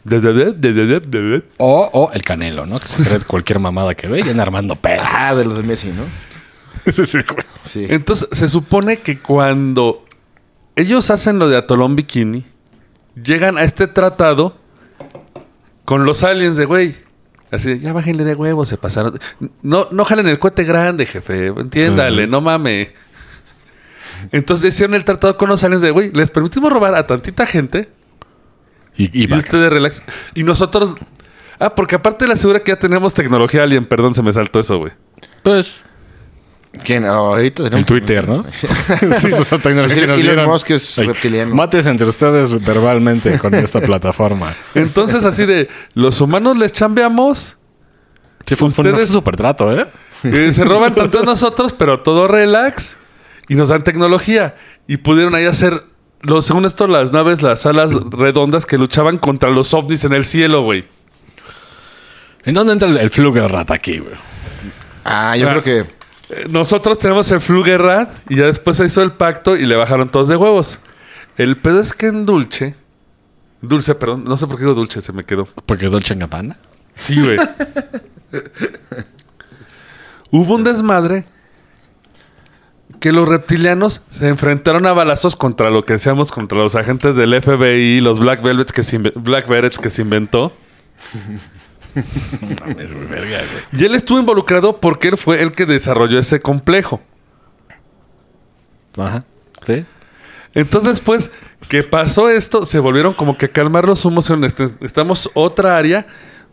[SPEAKER 2] Desde- desde- desde- desde-
[SPEAKER 4] O, o el Canelo, ¿no? Que se cree cualquier mamada que ve y anda armando pedas.
[SPEAKER 3] Ah, de los de Messi, ¿no?
[SPEAKER 4] sí, güey.
[SPEAKER 3] Sí.
[SPEAKER 2] Entonces, se supone que cuando ellos hacen lo de Atolón Bikini, llegan a este tratado con los aliens de güey. Así, de, ya bájenle de huevos, se pasaron. No, no jalen el cohete grande, jefe. Entiéndale,
[SPEAKER 4] Ujú.
[SPEAKER 2] no mame. Entonces hicieron el tratado con los aliens de güey. Les permitimos robar a tantita gente
[SPEAKER 4] Y, y
[SPEAKER 2] y,
[SPEAKER 4] vacas.
[SPEAKER 2] ustedes relax. Y nosotros. Ah, porque aparte le asegura que ya tenemos tecnología alien. Perdón, se me saltó eso, güey.
[SPEAKER 4] Pues,
[SPEAKER 3] ¿Quién? Ahorita tenemos.
[SPEAKER 4] el Twitter, ¿no? Sí, es la tecnología que nos
[SPEAKER 3] Elon
[SPEAKER 4] dieron.
[SPEAKER 3] Musk es
[SPEAKER 4] Ay,
[SPEAKER 3] reptiliano.
[SPEAKER 4] Mates entre ustedes verbalmente con esta plataforma.
[SPEAKER 2] Entonces, así de los humanos les chambeamos.
[SPEAKER 4] Sí, fue, fue un
[SPEAKER 2] Ustedes-
[SPEAKER 4] super trato, ¿eh?
[SPEAKER 2] Eh, se roban tanto a nosotros, pero todo relax. Y nos dan tecnología. Y pudieron ahí hacer, lo, según esto, las naves, las alas redondas que luchaban contra los ovnis en el cielo, güey.
[SPEAKER 4] ¿En dónde entra el, el Flugelrat aquí, güey?
[SPEAKER 3] Ah, yo
[SPEAKER 2] Ah.
[SPEAKER 3] creo que.
[SPEAKER 2] Eh, Nosotros tenemos el Flugerrat y ya después se hizo el pacto y le bajaron todos de huevos. El pedo es que en Dulce... Dulce, perdón. No sé por qué digo Dulce, se me quedó.
[SPEAKER 4] Porque Dolce en Gabbana.
[SPEAKER 2] Sí, güey. Hubo un desmadre que los reptilianos se enfrentaron a balazos contra lo que decíamos, contra los agentes del FBI, los Black Velvets que se, inve- Black Berets que se inventó.
[SPEAKER 4] Mames, güey, verga, güey.
[SPEAKER 2] Y él estuvo involucrado porque él fue el que desarrolló ese complejo.
[SPEAKER 4] Ajá. ¿Sí?
[SPEAKER 2] Entonces, pues, que pasó esto, se volvieron como que a calmar los humos. en este- Estamos otra área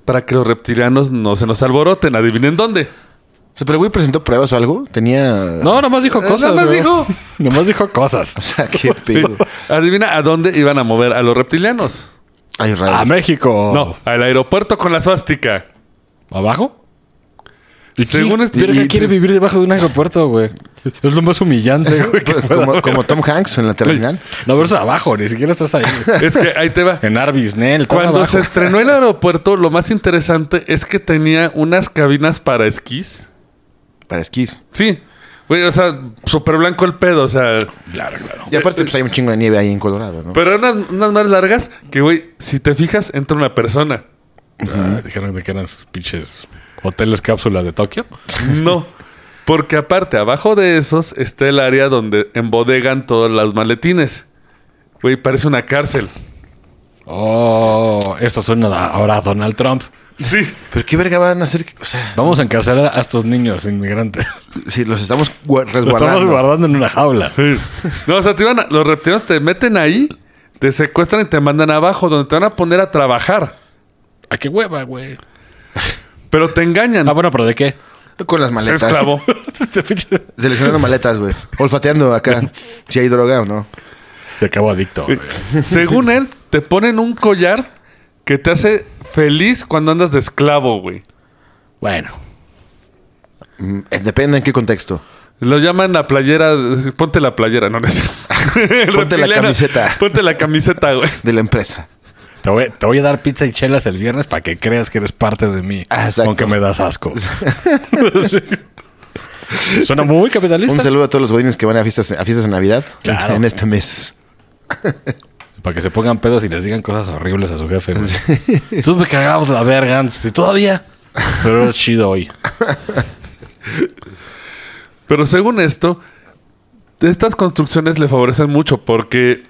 [SPEAKER 2] para que los reptilianos no se nos alboroten. Adivinen dónde.
[SPEAKER 3] O sea, pero el güey presentó pruebas o algo. Tenía.
[SPEAKER 4] No, nomás dijo
[SPEAKER 2] Eh,
[SPEAKER 4] cosas.
[SPEAKER 2] nomás
[SPEAKER 4] güey.
[SPEAKER 2] dijo.
[SPEAKER 4] nomás dijo cosas.
[SPEAKER 3] O sea, qué pedo.
[SPEAKER 2] Adivina a dónde iban a mover a los reptilianos.
[SPEAKER 3] Ay, raro.
[SPEAKER 4] A México.
[SPEAKER 2] No, al aeropuerto con la swástica.
[SPEAKER 4] ¿Abajo? ¿Y
[SPEAKER 2] Según
[SPEAKER 4] quién-
[SPEAKER 2] este-
[SPEAKER 4] verga,
[SPEAKER 3] y-
[SPEAKER 4] quiere vivir debajo de un aeropuerto, güey? Es lo más humillante, güey. que pueda
[SPEAKER 3] Pues, como,
[SPEAKER 4] haber.
[SPEAKER 3] como Tom Hanks en la terminal.
[SPEAKER 4] No, pero es abajo, ni siquiera estás ahí.
[SPEAKER 2] Es que ahí te va.
[SPEAKER 4] En Arby's, Nel, estás
[SPEAKER 2] Cuando
[SPEAKER 4] abajo.
[SPEAKER 2] se estrenó el aeropuerto, lo más interesante es que tenía unas cabinas para esquís.
[SPEAKER 3] Para esquís.
[SPEAKER 2] Sí. Güey, o sea, súper blanco el pedo, o sea.
[SPEAKER 4] Claro, claro.
[SPEAKER 3] Y aparte, pues hay un chingo de nieve ahí en Colorado, ¿no?
[SPEAKER 2] Pero eran unas, unas más largas que, güey, si te fijas, entra una persona.
[SPEAKER 4] Ah, Dijeron que eran sus pinches hoteles cápsulas de Tokio.
[SPEAKER 2] No. Porque aparte, abajo de esos está el área donde embodegan todas las maletines. Güey, parece una cárcel.
[SPEAKER 4] Oh, esto suena a- ahora a Donald Trump.
[SPEAKER 2] Sí.
[SPEAKER 3] Pero qué verga van a hacer. O sea,
[SPEAKER 4] Vamos a encarcelar a estos niños inmigrantes.
[SPEAKER 3] si los estamos gua-
[SPEAKER 4] Los estamos
[SPEAKER 3] resguardando.
[SPEAKER 4] guardando en una jaula.
[SPEAKER 2] No, o sea, te iban a- los reptilianos te meten ahí, te secuestran y te mandan abajo, donde te van a poner a trabajar.
[SPEAKER 4] ¿A Ah, qué hueva, güey?
[SPEAKER 2] Pero te engañan.
[SPEAKER 4] Ah, bueno, pero ¿de qué?
[SPEAKER 3] Con las maletas.
[SPEAKER 2] Esclavo.
[SPEAKER 4] Este pinche-
[SPEAKER 3] Seleccionando maletas, güey. Olfateando acá. si hay droga o no.
[SPEAKER 4] Te acabo adicto. güey.
[SPEAKER 2] Según él, te ponen un collar que te hace feliz cuando andas de esclavo, güey.
[SPEAKER 4] Bueno,
[SPEAKER 3] Mm, eh, Depende en qué contexto.
[SPEAKER 2] Lo llaman la playera. Ponte la playera, no no es. El
[SPEAKER 3] Ponte la
[SPEAKER 2] reptiliano,
[SPEAKER 3] camiseta.
[SPEAKER 2] Ponte la camiseta, güey.
[SPEAKER 3] De la empresa.
[SPEAKER 4] te voy, te voy a dar pizza y chelas el viernes para que creas que eres parte de mí.
[SPEAKER 3] Ah, exacto.
[SPEAKER 4] Aunque me das asco. Sí. Suena muy
[SPEAKER 3] Un
[SPEAKER 4] capitalista.
[SPEAKER 3] saludo a todos los godines que van a fiestas, a fiestas de Navidad.
[SPEAKER 4] Claro.
[SPEAKER 3] En este mes.
[SPEAKER 4] Para que se pongan pedos y les digan cosas horribles a su jefe. güey. Tú me cagabas la verga antes y todavía. Pero es chido hoy.
[SPEAKER 2] Pero según esto, estas construcciones le favorecen mucho porque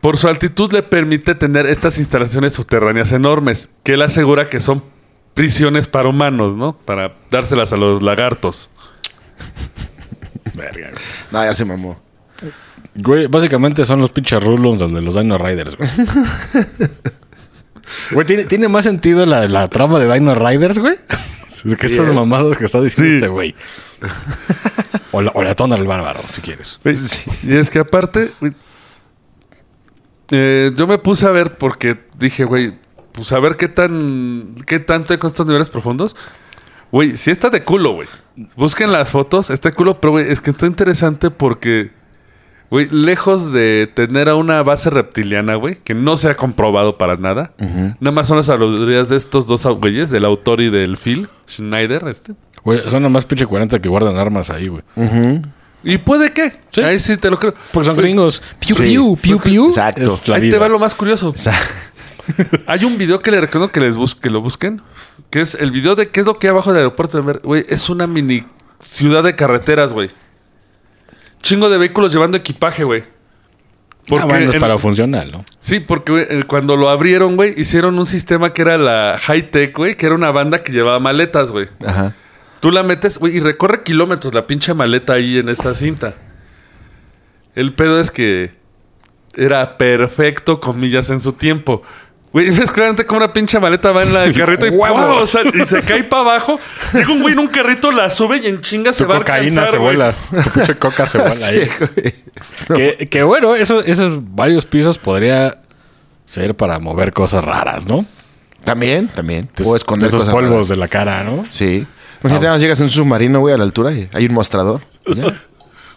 [SPEAKER 2] por su altitud le permite tener estas instalaciones subterráneas enormes, que él asegura que son prisiones para humanos, ¿no? Para dárselas a los lagartos.
[SPEAKER 4] Verga, güey.
[SPEAKER 3] No, ya se mamó.
[SPEAKER 4] Güey, básicamente son los pinches rulons donde los Dino Riders, güey. Güey, ¿tiene, tiene más sentido la, la trama de Dino Riders, güey. Que estas
[SPEAKER 3] eh.
[SPEAKER 4] mamadas que está diciendo
[SPEAKER 2] Sí.
[SPEAKER 4] este güey. O la, o la tona del bárbaro, si quieres.
[SPEAKER 2] Güey, Pues, Y es que aparte, güey, eh, yo me puse a ver porque dije, güey, pues a ver qué tan, qué tanto hay con estos niveles profundos. Güey, sí está de culo, güey. Busquen las fotos, está de culo, pero güey, es que está interesante porque, güey, lejos de tener a una base reptiliana, güey, que no se ha comprobado para nada, nada más son las saludorías de estos dos güeyes, del autor y del Phil Schneider, este.
[SPEAKER 4] Güey, son nomás pinche 40 que guardan armas ahí, güey.
[SPEAKER 2] Y puede que,
[SPEAKER 4] Sí.
[SPEAKER 2] ahí sí te lo creo.
[SPEAKER 4] Porque son
[SPEAKER 2] Güey,
[SPEAKER 4] gringos. Piu,
[SPEAKER 3] Sí.
[SPEAKER 4] piu, piu, piu.
[SPEAKER 3] Exacto.
[SPEAKER 4] Es la
[SPEAKER 2] Ahí
[SPEAKER 4] vida.
[SPEAKER 2] te va lo más curioso.
[SPEAKER 3] sea,
[SPEAKER 2] Hay un video que le recomiendo que les bus- que lo busquen, que es el video de qué es lo que hay abajo del aeropuerto de Mer, güey, es una mini ciudad de carreteras, güey. Chingo de vehículos llevando equipaje, güey. Porque
[SPEAKER 4] Ah, bueno, es
[SPEAKER 2] en-
[SPEAKER 4] para funcional, ¿no?
[SPEAKER 2] Sí, porque güey, eh, cuando lo abrieron, güey, hicieron un sistema que era la high tech, güey, que era una banda que llevaba maletas, güey.
[SPEAKER 3] Ajá.
[SPEAKER 2] Tú la metes, güey, y recorre kilómetros la pinche maleta ahí en esta cinta. El pedo es que era perfecto, comillas, en su tiempo. Güey, ves claramente como una pinche maleta va en la carreta y,
[SPEAKER 4] ¡Huevos!
[SPEAKER 2] ¡pua! O sea, y se cae para abajo. Llega un güey en un carrito, la sube y en chinga se
[SPEAKER 4] Tu
[SPEAKER 2] va a
[SPEAKER 4] cocaína
[SPEAKER 2] alcanzar,
[SPEAKER 4] se
[SPEAKER 2] güey.
[SPEAKER 4] vuela. Tu pinche coca se vuela
[SPEAKER 3] Así
[SPEAKER 4] ahí.
[SPEAKER 3] es, güey.
[SPEAKER 4] Que, que bueno, eso- esos varios pisos podría ser para mover cosas raras, ¿no?
[SPEAKER 3] También, también.
[SPEAKER 4] De-
[SPEAKER 3] Puedo esconder
[SPEAKER 4] de esos
[SPEAKER 3] cosas
[SPEAKER 4] polvos
[SPEAKER 3] raras.
[SPEAKER 4] de Ah, la cara, ¿no?
[SPEAKER 3] Sí. Imagínate, nada más llegas en un submarino, güey, a la altura y hay un mostrador. Y ya.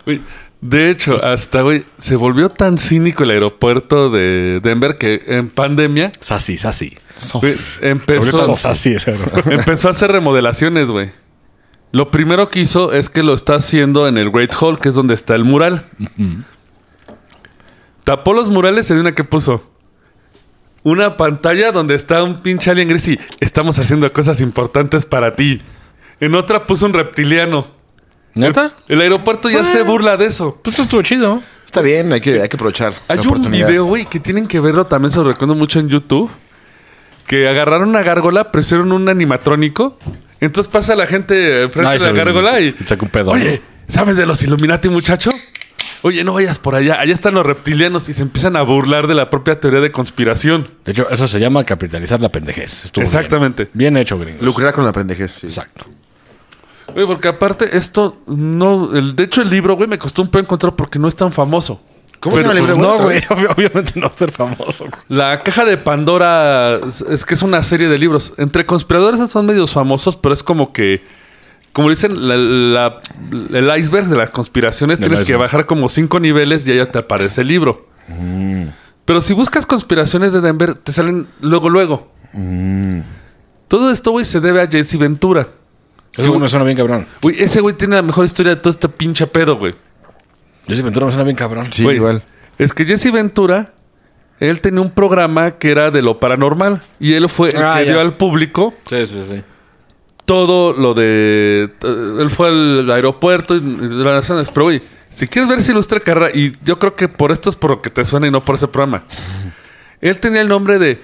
[SPEAKER 2] Güey, De hecho, hasta, güey, se volvió tan cínico el aeropuerto de Denver que en pandemia
[SPEAKER 4] Sassy, sassy.
[SPEAKER 2] güey,
[SPEAKER 4] Sobre
[SPEAKER 2] empezó...
[SPEAKER 4] todo sassy, ese, ¿no?
[SPEAKER 2] Empezó a hacer remodelaciones, güey. Lo primero que hizo es que lo está haciendo en el Great Hall, que es donde está el mural. Tapó los murales en una que puso. Una pantalla donde está un pinche alien gris y estamos haciendo cosas importantes para ti. En otra puso un reptiliano.
[SPEAKER 4] ¿Neta?
[SPEAKER 2] El aeropuerto ya se burla de eso.
[SPEAKER 4] Pues eso estuvo chido.
[SPEAKER 3] Está bien, hay que, hay que aprovechar
[SPEAKER 2] Hay
[SPEAKER 3] la
[SPEAKER 2] un
[SPEAKER 3] oportunidad.
[SPEAKER 2] video, güey, que tienen que verlo también, se lo recuerdo mucho en YouTube. Que agarraron una gárgola, presionaron un animatrónico. Entonces pasa la gente eh, frente
[SPEAKER 4] Ay,
[SPEAKER 2] a
[SPEAKER 4] se-
[SPEAKER 2] la gárgola y.
[SPEAKER 4] se sacó un pedo,
[SPEAKER 2] Oye, ¿sabes de los Illuminati, muchacho? Oye, no vayas por allá. Allá están los reptilianos y se empiezan a burlar de la propia teoría de conspiración.
[SPEAKER 4] De hecho, eso se llama capitalizar la pendejez. Estuvo bien.
[SPEAKER 2] Exactamente.
[SPEAKER 4] Bien, hecho, gringos.
[SPEAKER 3] Lucrar con la pendejez. sí.
[SPEAKER 4] Exacto.
[SPEAKER 2] Güey, porque aparte, esto no. el- de hecho, el libro, güey, me costó un poco encontrar porque no es tan famoso.
[SPEAKER 3] ¿Cómo se llama el libro?
[SPEAKER 4] Pues, no,
[SPEAKER 3] Otra
[SPEAKER 4] güey.
[SPEAKER 3] vez.
[SPEAKER 4] obvio- Obviamente no ser famoso. güey.
[SPEAKER 2] La caja de Pandora es, es que es una serie de libros. Entre conspiradores son medios famosos, pero es como que, como dicen, la- la- el iceberg de las conspiraciones
[SPEAKER 4] Del
[SPEAKER 2] tienes que
[SPEAKER 4] iceberg.
[SPEAKER 2] bajar como cinco niveles y ahí ya te aparece el libro.
[SPEAKER 4] Mm.
[SPEAKER 2] Pero si buscas conspiraciones de Denver, te
[SPEAKER 4] Mm.
[SPEAKER 2] salen luego, luego. Todo esto, güey, se debe a Jesse Ventura.
[SPEAKER 4] Eso me suena bien cabrón.
[SPEAKER 2] Güey, ese güey tiene la mejor historia de todo este pinche pedo, güey.
[SPEAKER 4] Jesse Ventura me suena bien cabrón.
[SPEAKER 3] Sí,
[SPEAKER 2] Güey,
[SPEAKER 3] igual.
[SPEAKER 2] Es que Jesse Ventura, él tenía un programa que era de lo paranormal. Y él fue el
[SPEAKER 4] Ah,
[SPEAKER 2] que
[SPEAKER 4] ya.
[SPEAKER 2] dio al público
[SPEAKER 4] Sí, sí, sí.
[SPEAKER 2] todo lo de. t- Él fue al aeropuerto y y de las zonas. Pero, güey, si quieres ver si ilustra carrera, y yo creo que por esto es por lo que te suena y no por ese programa. Él tenía el nombre de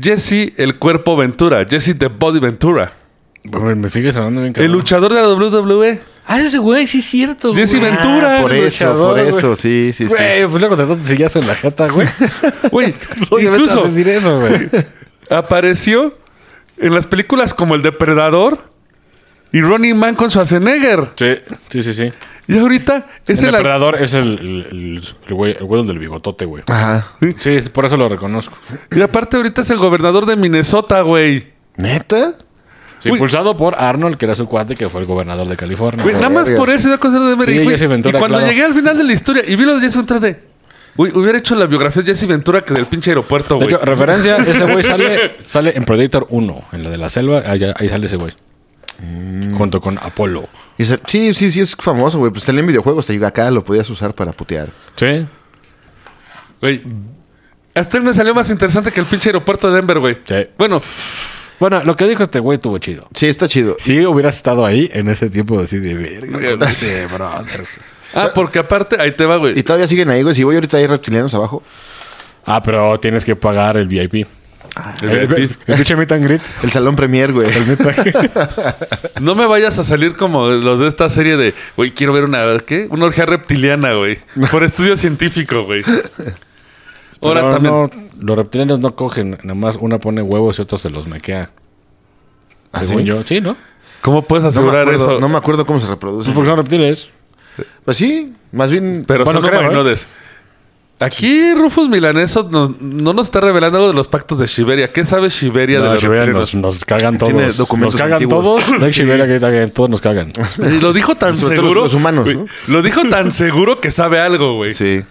[SPEAKER 2] Jesse el Cuerpo Ventura, Jesse the Body Ventura,
[SPEAKER 4] Bueno, me sigue sonando bien
[SPEAKER 2] el
[SPEAKER 4] cabrón.
[SPEAKER 2] luchador de la E. WWE.
[SPEAKER 4] Ah, ese güey, sí es cierto.
[SPEAKER 2] Jesse
[SPEAKER 4] güey.
[SPEAKER 2] Ventura.
[SPEAKER 3] Por
[SPEAKER 4] el
[SPEAKER 3] eso,
[SPEAKER 4] luchador,
[SPEAKER 3] por
[SPEAKER 4] güey.
[SPEAKER 3] eso, sí, sí, sí.
[SPEAKER 4] Güey, pues luego te lo sillazo en la jeta, güey.
[SPEAKER 2] Güey,
[SPEAKER 4] Obviamente vas
[SPEAKER 2] incluso
[SPEAKER 4] a decir eso, güey.
[SPEAKER 2] apareció en las películas como El Depredador y Ronnie Man con Schwarzenegger.
[SPEAKER 4] Sí, sí, sí, sí.
[SPEAKER 2] Y ahorita es
[SPEAKER 4] el
[SPEAKER 2] el, ar-
[SPEAKER 4] depredador es el, el, el- el güey, el güey del bigotote, güey.
[SPEAKER 3] Ajá.
[SPEAKER 4] Sí, es- por eso lo reconozco.
[SPEAKER 2] y aparte ahorita es el gobernador de Minnesota, güey.
[SPEAKER 3] ¿Neta?
[SPEAKER 4] Sí,
[SPEAKER 2] Uy.
[SPEAKER 4] impulsado por Arnold, que era su cuate, que fue el gobernador de California.
[SPEAKER 2] Güey, nada más
[SPEAKER 3] Verga.
[SPEAKER 2] por eso iba a conocer de Mary,
[SPEAKER 4] Sí,
[SPEAKER 2] güey.
[SPEAKER 4] Jesse
[SPEAKER 2] Y
[SPEAKER 4] Ventura,
[SPEAKER 2] cuando
[SPEAKER 4] claro.
[SPEAKER 2] llegué al final de la historia y vi lo de Jesse Ventura de... Uy, hubiera hecho la biografía de Jesse Ventura que del pinche aeropuerto,
[SPEAKER 4] de
[SPEAKER 2] güey.
[SPEAKER 4] hecho, referencia, ese güey sale, sale en Predator 1, en la de la selva, allá- ahí sale ese güey.
[SPEAKER 2] Mm.
[SPEAKER 4] Junto con Apolo.
[SPEAKER 3] Y se- sí, sí, sí, es famoso, güey. Pues sale en videojuegos, te digo, acá lo podías usar para putear.
[SPEAKER 4] Sí.
[SPEAKER 2] Güey. Hasta él me salió más interesante que el pinche aeropuerto de Denver, güey.
[SPEAKER 4] Sí.
[SPEAKER 2] Bueno,
[SPEAKER 4] Bueno, lo que dijo este güey estuvo chido.
[SPEAKER 3] Sí, está chido.
[SPEAKER 4] Si hubieras estado ahí en ese tiempo así de verga. con ese brother.
[SPEAKER 2] ah, porque aparte, ahí te va, güey.
[SPEAKER 3] Y todavía siguen ahí, güey. Si voy ahorita hay reptilianos abajo.
[SPEAKER 4] Ah, pero tienes que pagar el VIP.
[SPEAKER 2] Ah.
[SPEAKER 4] Eh,
[SPEAKER 2] El VIP.
[SPEAKER 4] El pinche meet and greet.
[SPEAKER 3] El salón premier, güey.
[SPEAKER 4] El meet and greet.
[SPEAKER 2] No me vayas a salir como los de esta serie de, güey, quiero ver una, ¿qué? Una orgía reptiliana, güey. Por estudio científico, güey. Ahora
[SPEAKER 4] Pero
[SPEAKER 2] también.
[SPEAKER 4] no, los reptilianos no cogen, nada más una pone huevos y otro se los mequea.
[SPEAKER 3] ¿Ah,
[SPEAKER 4] según
[SPEAKER 3] sí?
[SPEAKER 4] yo, sí, ¿no?
[SPEAKER 2] ¿Cómo puedes
[SPEAKER 3] No me,
[SPEAKER 2] asegurar
[SPEAKER 3] acuerdo,
[SPEAKER 2] eso?
[SPEAKER 3] no me acuerdo cómo se reproduce.
[SPEAKER 4] Pues porque son reptiles.
[SPEAKER 3] Pues sí, más bien.
[SPEAKER 2] Pero
[SPEAKER 4] Bueno,
[SPEAKER 2] son
[SPEAKER 3] ¿eh?
[SPEAKER 4] creo,
[SPEAKER 2] humanoides. Aquí Rufus Milaneso no, no nos está revelando algo de los pactos de Shiberia. ¿Qué sabe Shiberia de
[SPEAKER 4] No,
[SPEAKER 2] los
[SPEAKER 4] Shiberia
[SPEAKER 2] reptilianos?
[SPEAKER 4] nos, nos cagan todos.
[SPEAKER 3] Tiene documentos
[SPEAKER 4] nos cagan
[SPEAKER 3] antiguos.
[SPEAKER 4] todos. No hay Shiberia que que todos nos cagan.
[SPEAKER 2] Y Lo dijo tan
[SPEAKER 3] Sobre todo
[SPEAKER 2] seguro.
[SPEAKER 3] los- los humanos,
[SPEAKER 2] güey.
[SPEAKER 3] ¿no?
[SPEAKER 2] Lo dijo tan seguro que sabe algo, güey.
[SPEAKER 3] Sí.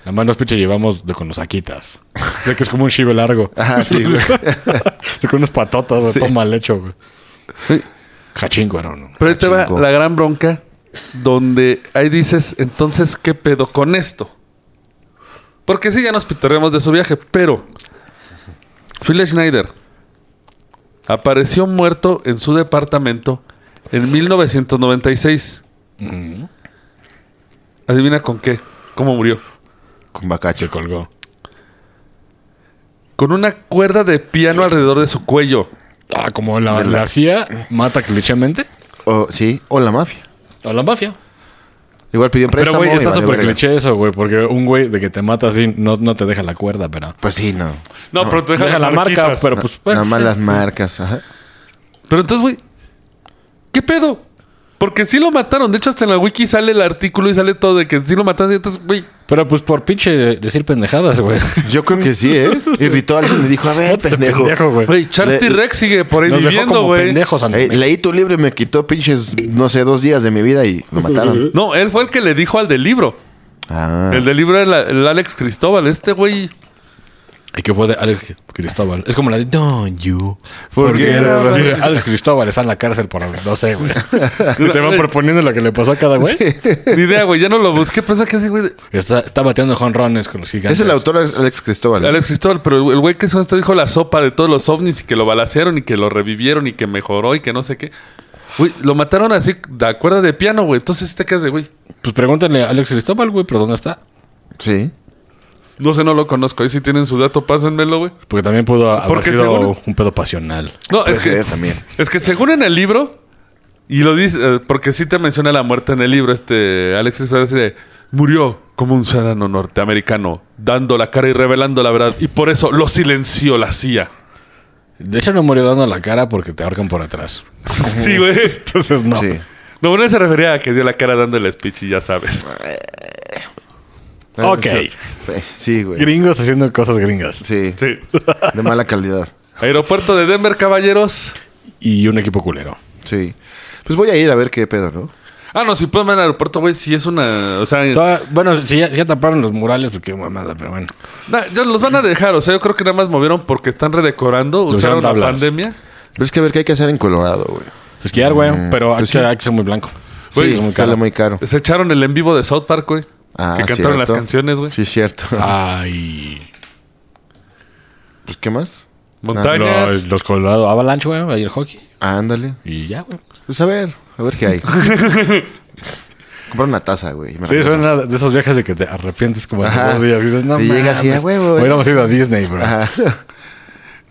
[SPEAKER 4] Nada más nos pinche llevamos de con los aquitas. De que es como un shibe largo.
[SPEAKER 3] Ajá, sí, güey.
[SPEAKER 4] De con unos patotas,
[SPEAKER 3] Sí.
[SPEAKER 4] todo mal hecho, güey. Cachín, era uno.
[SPEAKER 2] Pero ahí te va
[SPEAKER 3] Chingo.
[SPEAKER 2] la gran bronca donde ahí dices, entonces, ¿qué pedo con esto? Porque sí, ya nos pitorreamos de su viaje, pero Phil Schneider apareció muerto en su departamento en 1996. Adivina con qué, cómo murió.
[SPEAKER 3] Con bacacho.
[SPEAKER 4] Se colgó.
[SPEAKER 2] Con una cuerda de piano alrededor de su cuello.
[SPEAKER 4] Ah, como la, la CIA mata clichemente
[SPEAKER 3] O, sí, o la mafia.
[SPEAKER 4] a la mafia.
[SPEAKER 3] Igual pidió un
[SPEAKER 4] Pero,
[SPEAKER 3] préstamo.
[SPEAKER 4] güey,
[SPEAKER 3] y
[SPEAKER 4] está
[SPEAKER 3] valió
[SPEAKER 4] súper
[SPEAKER 3] verga.
[SPEAKER 4] cliché eso, güey. Porque un güey de que te mata así no, no te deja la cuerda, pero...
[SPEAKER 3] Pues sí, no.
[SPEAKER 2] No, pero te deja,
[SPEAKER 4] Deja la marca, pero
[SPEAKER 2] pero...
[SPEAKER 4] pues...
[SPEAKER 3] Nada más
[SPEAKER 4] eh,
[SPEAKER 3] las marcas. Ajá.
[SPEAKER 2] Pero entonces, güey, ¿qué pedo? Porque sí lo mataron. De hecho, hasta en la wiki sale el artículo y sale todo de que sí lo mataron. Y entonces, güey,
[SPEAKER 4] Pero pues por pinche decir pendejadas, güey.
[SPEAKER 3] Yo creo que sí, ¿eh? Irritó a alguien y le dijo, a ver, pendejo.
[SPEAKER 4] güey.
[SPEAKER 2] güey, Charles
[SPEAKER 3] Le-
[SPEAKER 2] T-Rex sigue por ahí
[SPEAKER 4] Nos dejó
[SPEAKER 2] viviendo,
[SPEAKER 4] como
[SPEAKER 2] güey.
[SPEAKER 4] pendejos ante
[SPEAKER 3] Eh, leí tu libro y me quitó pinches, no sé, dos días de mi vida y lo mataron.
[SPEAKER 2] No, él fue el que le dijo al del libro.
[SPEAKER 3] Ah.
[SPEAKER 2] El del libro era la- el Alex Cristóbal. Este güey.
[SPEAKER 4] Y que fue de Alex Cristóbal. Es como la de Don't You.
[SPEAKER 3] Porque era-
[SPEAKER 4] Alex Cristóbal está en la cárcel por no sé, güey. Y te van proponiendo lo que le pasó a cada güé
[SPEAKER 2] Ni idea, güey. Ya no lo busqué. Pensaba que ese güey. de-
[SPEAKER 4] Está, está bateando jonrones con los gigantes.
[SPEAKER 3] Es el autor Alex Cristóbal.
[SPEAKER 2] Alex Cristóbal, pero el el güey que son esto dijo la sopa de todos los ovnis y que lo balacearon y que lo revivieron y que mejoró y que no sé qué. Güey, lo mataron así de a cuerda de piano, güey. Entonces te quedas de güey.
[SPEAKER 4] Pues pregúntale a Alex Cristóbal, güey, pero ¿dónde está?
[SPEAKER 3] Sí.
[SPEAKER 2] No sé, no lo conozco. Ahí si tienen su dato, pásenmelo, güey.
[SPEAKER 4] Porque también pudo haber
[SPEAKER 2] Porque
[SPEAKER 4] sido
[SPEAKER 2] según-
[SPEAKER 4] un pedo pasional.
[SPEAKER 2] No,
[SPEAKER 3] Puede
[SPEAKER 2] es que,
[SPEAKER 3] ser también.
[SPEAKER 2] es que según en el libro, y lo dice, eh, porque sí te menciona la muerte en el libro, este Alex Cristóbal dice, murió como un serano norteamericano, dando la cara y revelando la verdad, y por eso lo silenció la CIA.
[SPEAKER 4] De hecho, no murió dando la cara porque te ahorcan por atrás.
[SPEAKER 2] sí, güey.
[SPEAKER 4] Entonces, no.
[SPEAKER 3] Sí.
[SPEAKER 2] No, bueno, se refería a que dio la cara dando el speech y ya sabes.
[SPEAKER 4] Ok.
[SPEAKER 3] Sí, Pues, Sí, güey.
[SPEAKER 4] Gringos haciendo cosas gringas.
[SPEAKER 3] Sí,
[SPEAKER 2] Sí.
[SPEAKER 3] de mala calidad.
[SPEAKER 2] Aeropuerto de Denver, caballeros.
[SPEAKER 4] Y un equipo culero.
[SPEAKER 3] Sí. Pues voy a ir a ver qué pedo, ¿no?
[SPEAKER 2] Ah, no, si pueden ver al aeropuerto, güey, si es una... O sea,
[SPEAKER 4] Toda- bueno, si ya, ya taparon los murales, porque mamada, pero bueno.
[SPEAKER 2] na- ya los van a dejar. O sea, yo creo que nada más movieron porque están redecorando,
[SPEAKER 4] Usaron
[SPEAKER 2] usaron la
[SPEAKER 4] tablas.
[SPEAKER 2] pandemia.
[SPEAKER 3] Pero es que a ver qué hay que hacer en Colorado, güey.
[SPEAKER 4] Esquiar, güey. Pero hay,
[SPEAKER 3] pues
[SPEAKER 4] que,
[SPEAKER 3] sí.
[SPEAKER 4] hay que ser muy blanco.
[SPEAKER 2] Güey,
[SPEAKER 3] Sí,
[SPEAKER 4] es muy
[SPEAKER 3] sale
[SPEAKER 4] caro.
[SPEAKER 3] muy caro.
[SPEAKER 2] Se echaron el en vivo de South Park, güey.
[SPEAKER 3] Ah,
[SPEAKER 2] que cantaron las
[SPEAKER 3] cierto.
[SPEAKER 2] canciones, güey.
[SPEAKER 3] Sí, cierto.
[SPEAKER 4] Ah. Ay.
[SPEAKER 3] Pues, ¿qué más?
[SPEAKER 2] Montañas.
[SPEAKER 4] Los, los Colorado Avalanche, güey. Ahí el hockey.
[SPEAKER 3] Ah, ándale.
[SPEAKER 4] Y ya, güey.
[SPEAKER 3] Pues a ver, a ver qué hay. Comprar una taza, güey. y me
[SPEAKER 4] Sí,
[SPEAKER 3] regreso.
[SPEAKER 4] son una de esos viajes de que te arrepientes como en
[SPEAKER 3] Ah, pues Ajá.
[SPEAKER 4] dos días. Y dices, no,
[SPEAKER 3] Y llegas
[SPEAKER 4] mames,
[SPEAKER 3] y, "Ah, huevo, güey".
[SPEAKER 4] Hubiéramos ido a Disney, bro.
[SPEAKER 3] Ajá.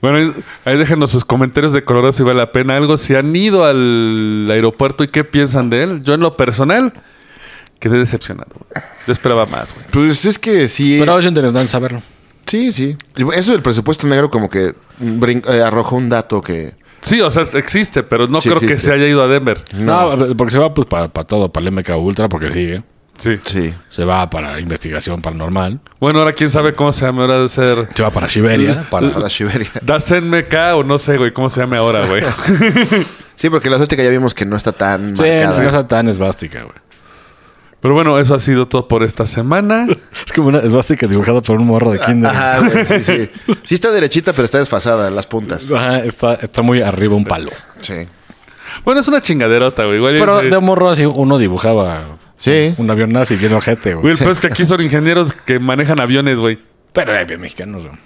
[SPEAKER 2] Bueno, ahí- ahí déjenos sus comentarios de Colorado si vale la pena algo. Si han ido al aeropuerto y qué piensan de él. Yo en lo personal quedé decepcionado. güey. Yo esperaba más, güey.
[SPEAKER 3] Pues es que sí.
[SPEAKER 4] Pero es interesante saberlo.
[SPEAKER 3] Sí, sí. Y Eso del presupuesto negro como que brin- eh, arrojó un dato que...
[SPEAKER 2] Sí, o sea, existe, pero no
[SPEAKER 3] Sí
[SPEAKER 2] creo que
[SPEAKER 3] existe.
[SPEAKER 2] se haya ido a Denver.
[SPEAKER 4] No, porque se va pues para, para todo, para el MK Ultra, porque sigue.
[SPEAKER 2] Sí.
[SPEAKER 3] Sí.
[SPEAKER 4] Se va para investigación paranormal.
[SPEAKER 2] Bueno, ahora quién sabe cómo se llama. Ahora de ser
[SPEAKER 4] Se va para Siberia.
[SPEAKER 3] A
[SPEAKER 4] Para...
[SPEAKER 3] la Siberia.
[SPEAKER 2] Dasen MK o no sé, güey, cómo se llame ahora, güey.
[SPEAKER 3] Sí, porque la suástica ya vimos que no está tan
[SPEAKER 4] Sí, no
[SPEAKER 3] marcada.
[SPEAKER 4] es tan esvástica, güey.
[SPEAKER 2] Pero bueno, eso ha sido todo por esta semana.
[SPEAKER 4] Es como una esvástica dibujada por un morro de kinder. Ah, Ajá,
[SPEAKER 3] Ajá, güey, sí, sí. Sí está derechita, pero está desfasada, las puntas.
[SPEAKER 4] está, está muy arriba un palo.
[SPEAKER 3] Sí.
[SPEAKER 2] Bueno, es una chingaderota, güey. Igual y-
[SPEAKER 4] Pero
[SPEAKER 2] sí.
[SPEAKER 4] de morro así uno dibujaba
[SPEAKER 3] Sí.
[SPEAKER 4] un avión nazi bien ojete,
[SPEAKER 2] Güey,
[SPEAKER 4] güey.
[SPEAKER 2] el peor es que aquí son ingenieros que manejan aviones, güey.
[SPEAKER 4] Pero hay bien mexicanos, güey.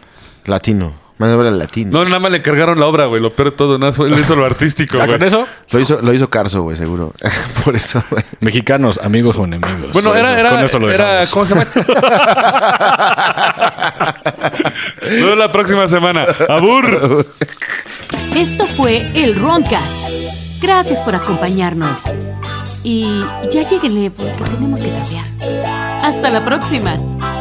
[SPEAKER 3] Latino. Más de obra latino.
[SPEAKER 2] No, nada más le cargaron la obra, güey. Lo peor de todo, nada más fue- él hizo lo artístico,
[SPEAKER 4] Ya
[SPEAKER 2] güey.
[SPEAKER 4] con eso,
[SPEAKER 3] Lo hizo, lo hizo Carso, güey, seguro. Por eso, güey.
[SPEAKER 4] mexicanos, amigos o enemigos.
[SPEAKER 2] Bueno,
[SPEAKER 4] Con
[SPEAKER 2] era,
[SPEAKER 4] eso-
[SPEAKER 2] era,
[SPEAKER 4] con eso lo
[SPEAKER 2] era-
[SPEAKER 4] dejamos.
[SPEAKER 2] ¿cómo se llama? Nos vemos la próxima semana. ¡Abur!
[SPEAKER 1] Esto fue el Roncast. Gracias por acompañarnos. eh, Y ya lleguenle porque tenemos que trapear. Hasta la próxima.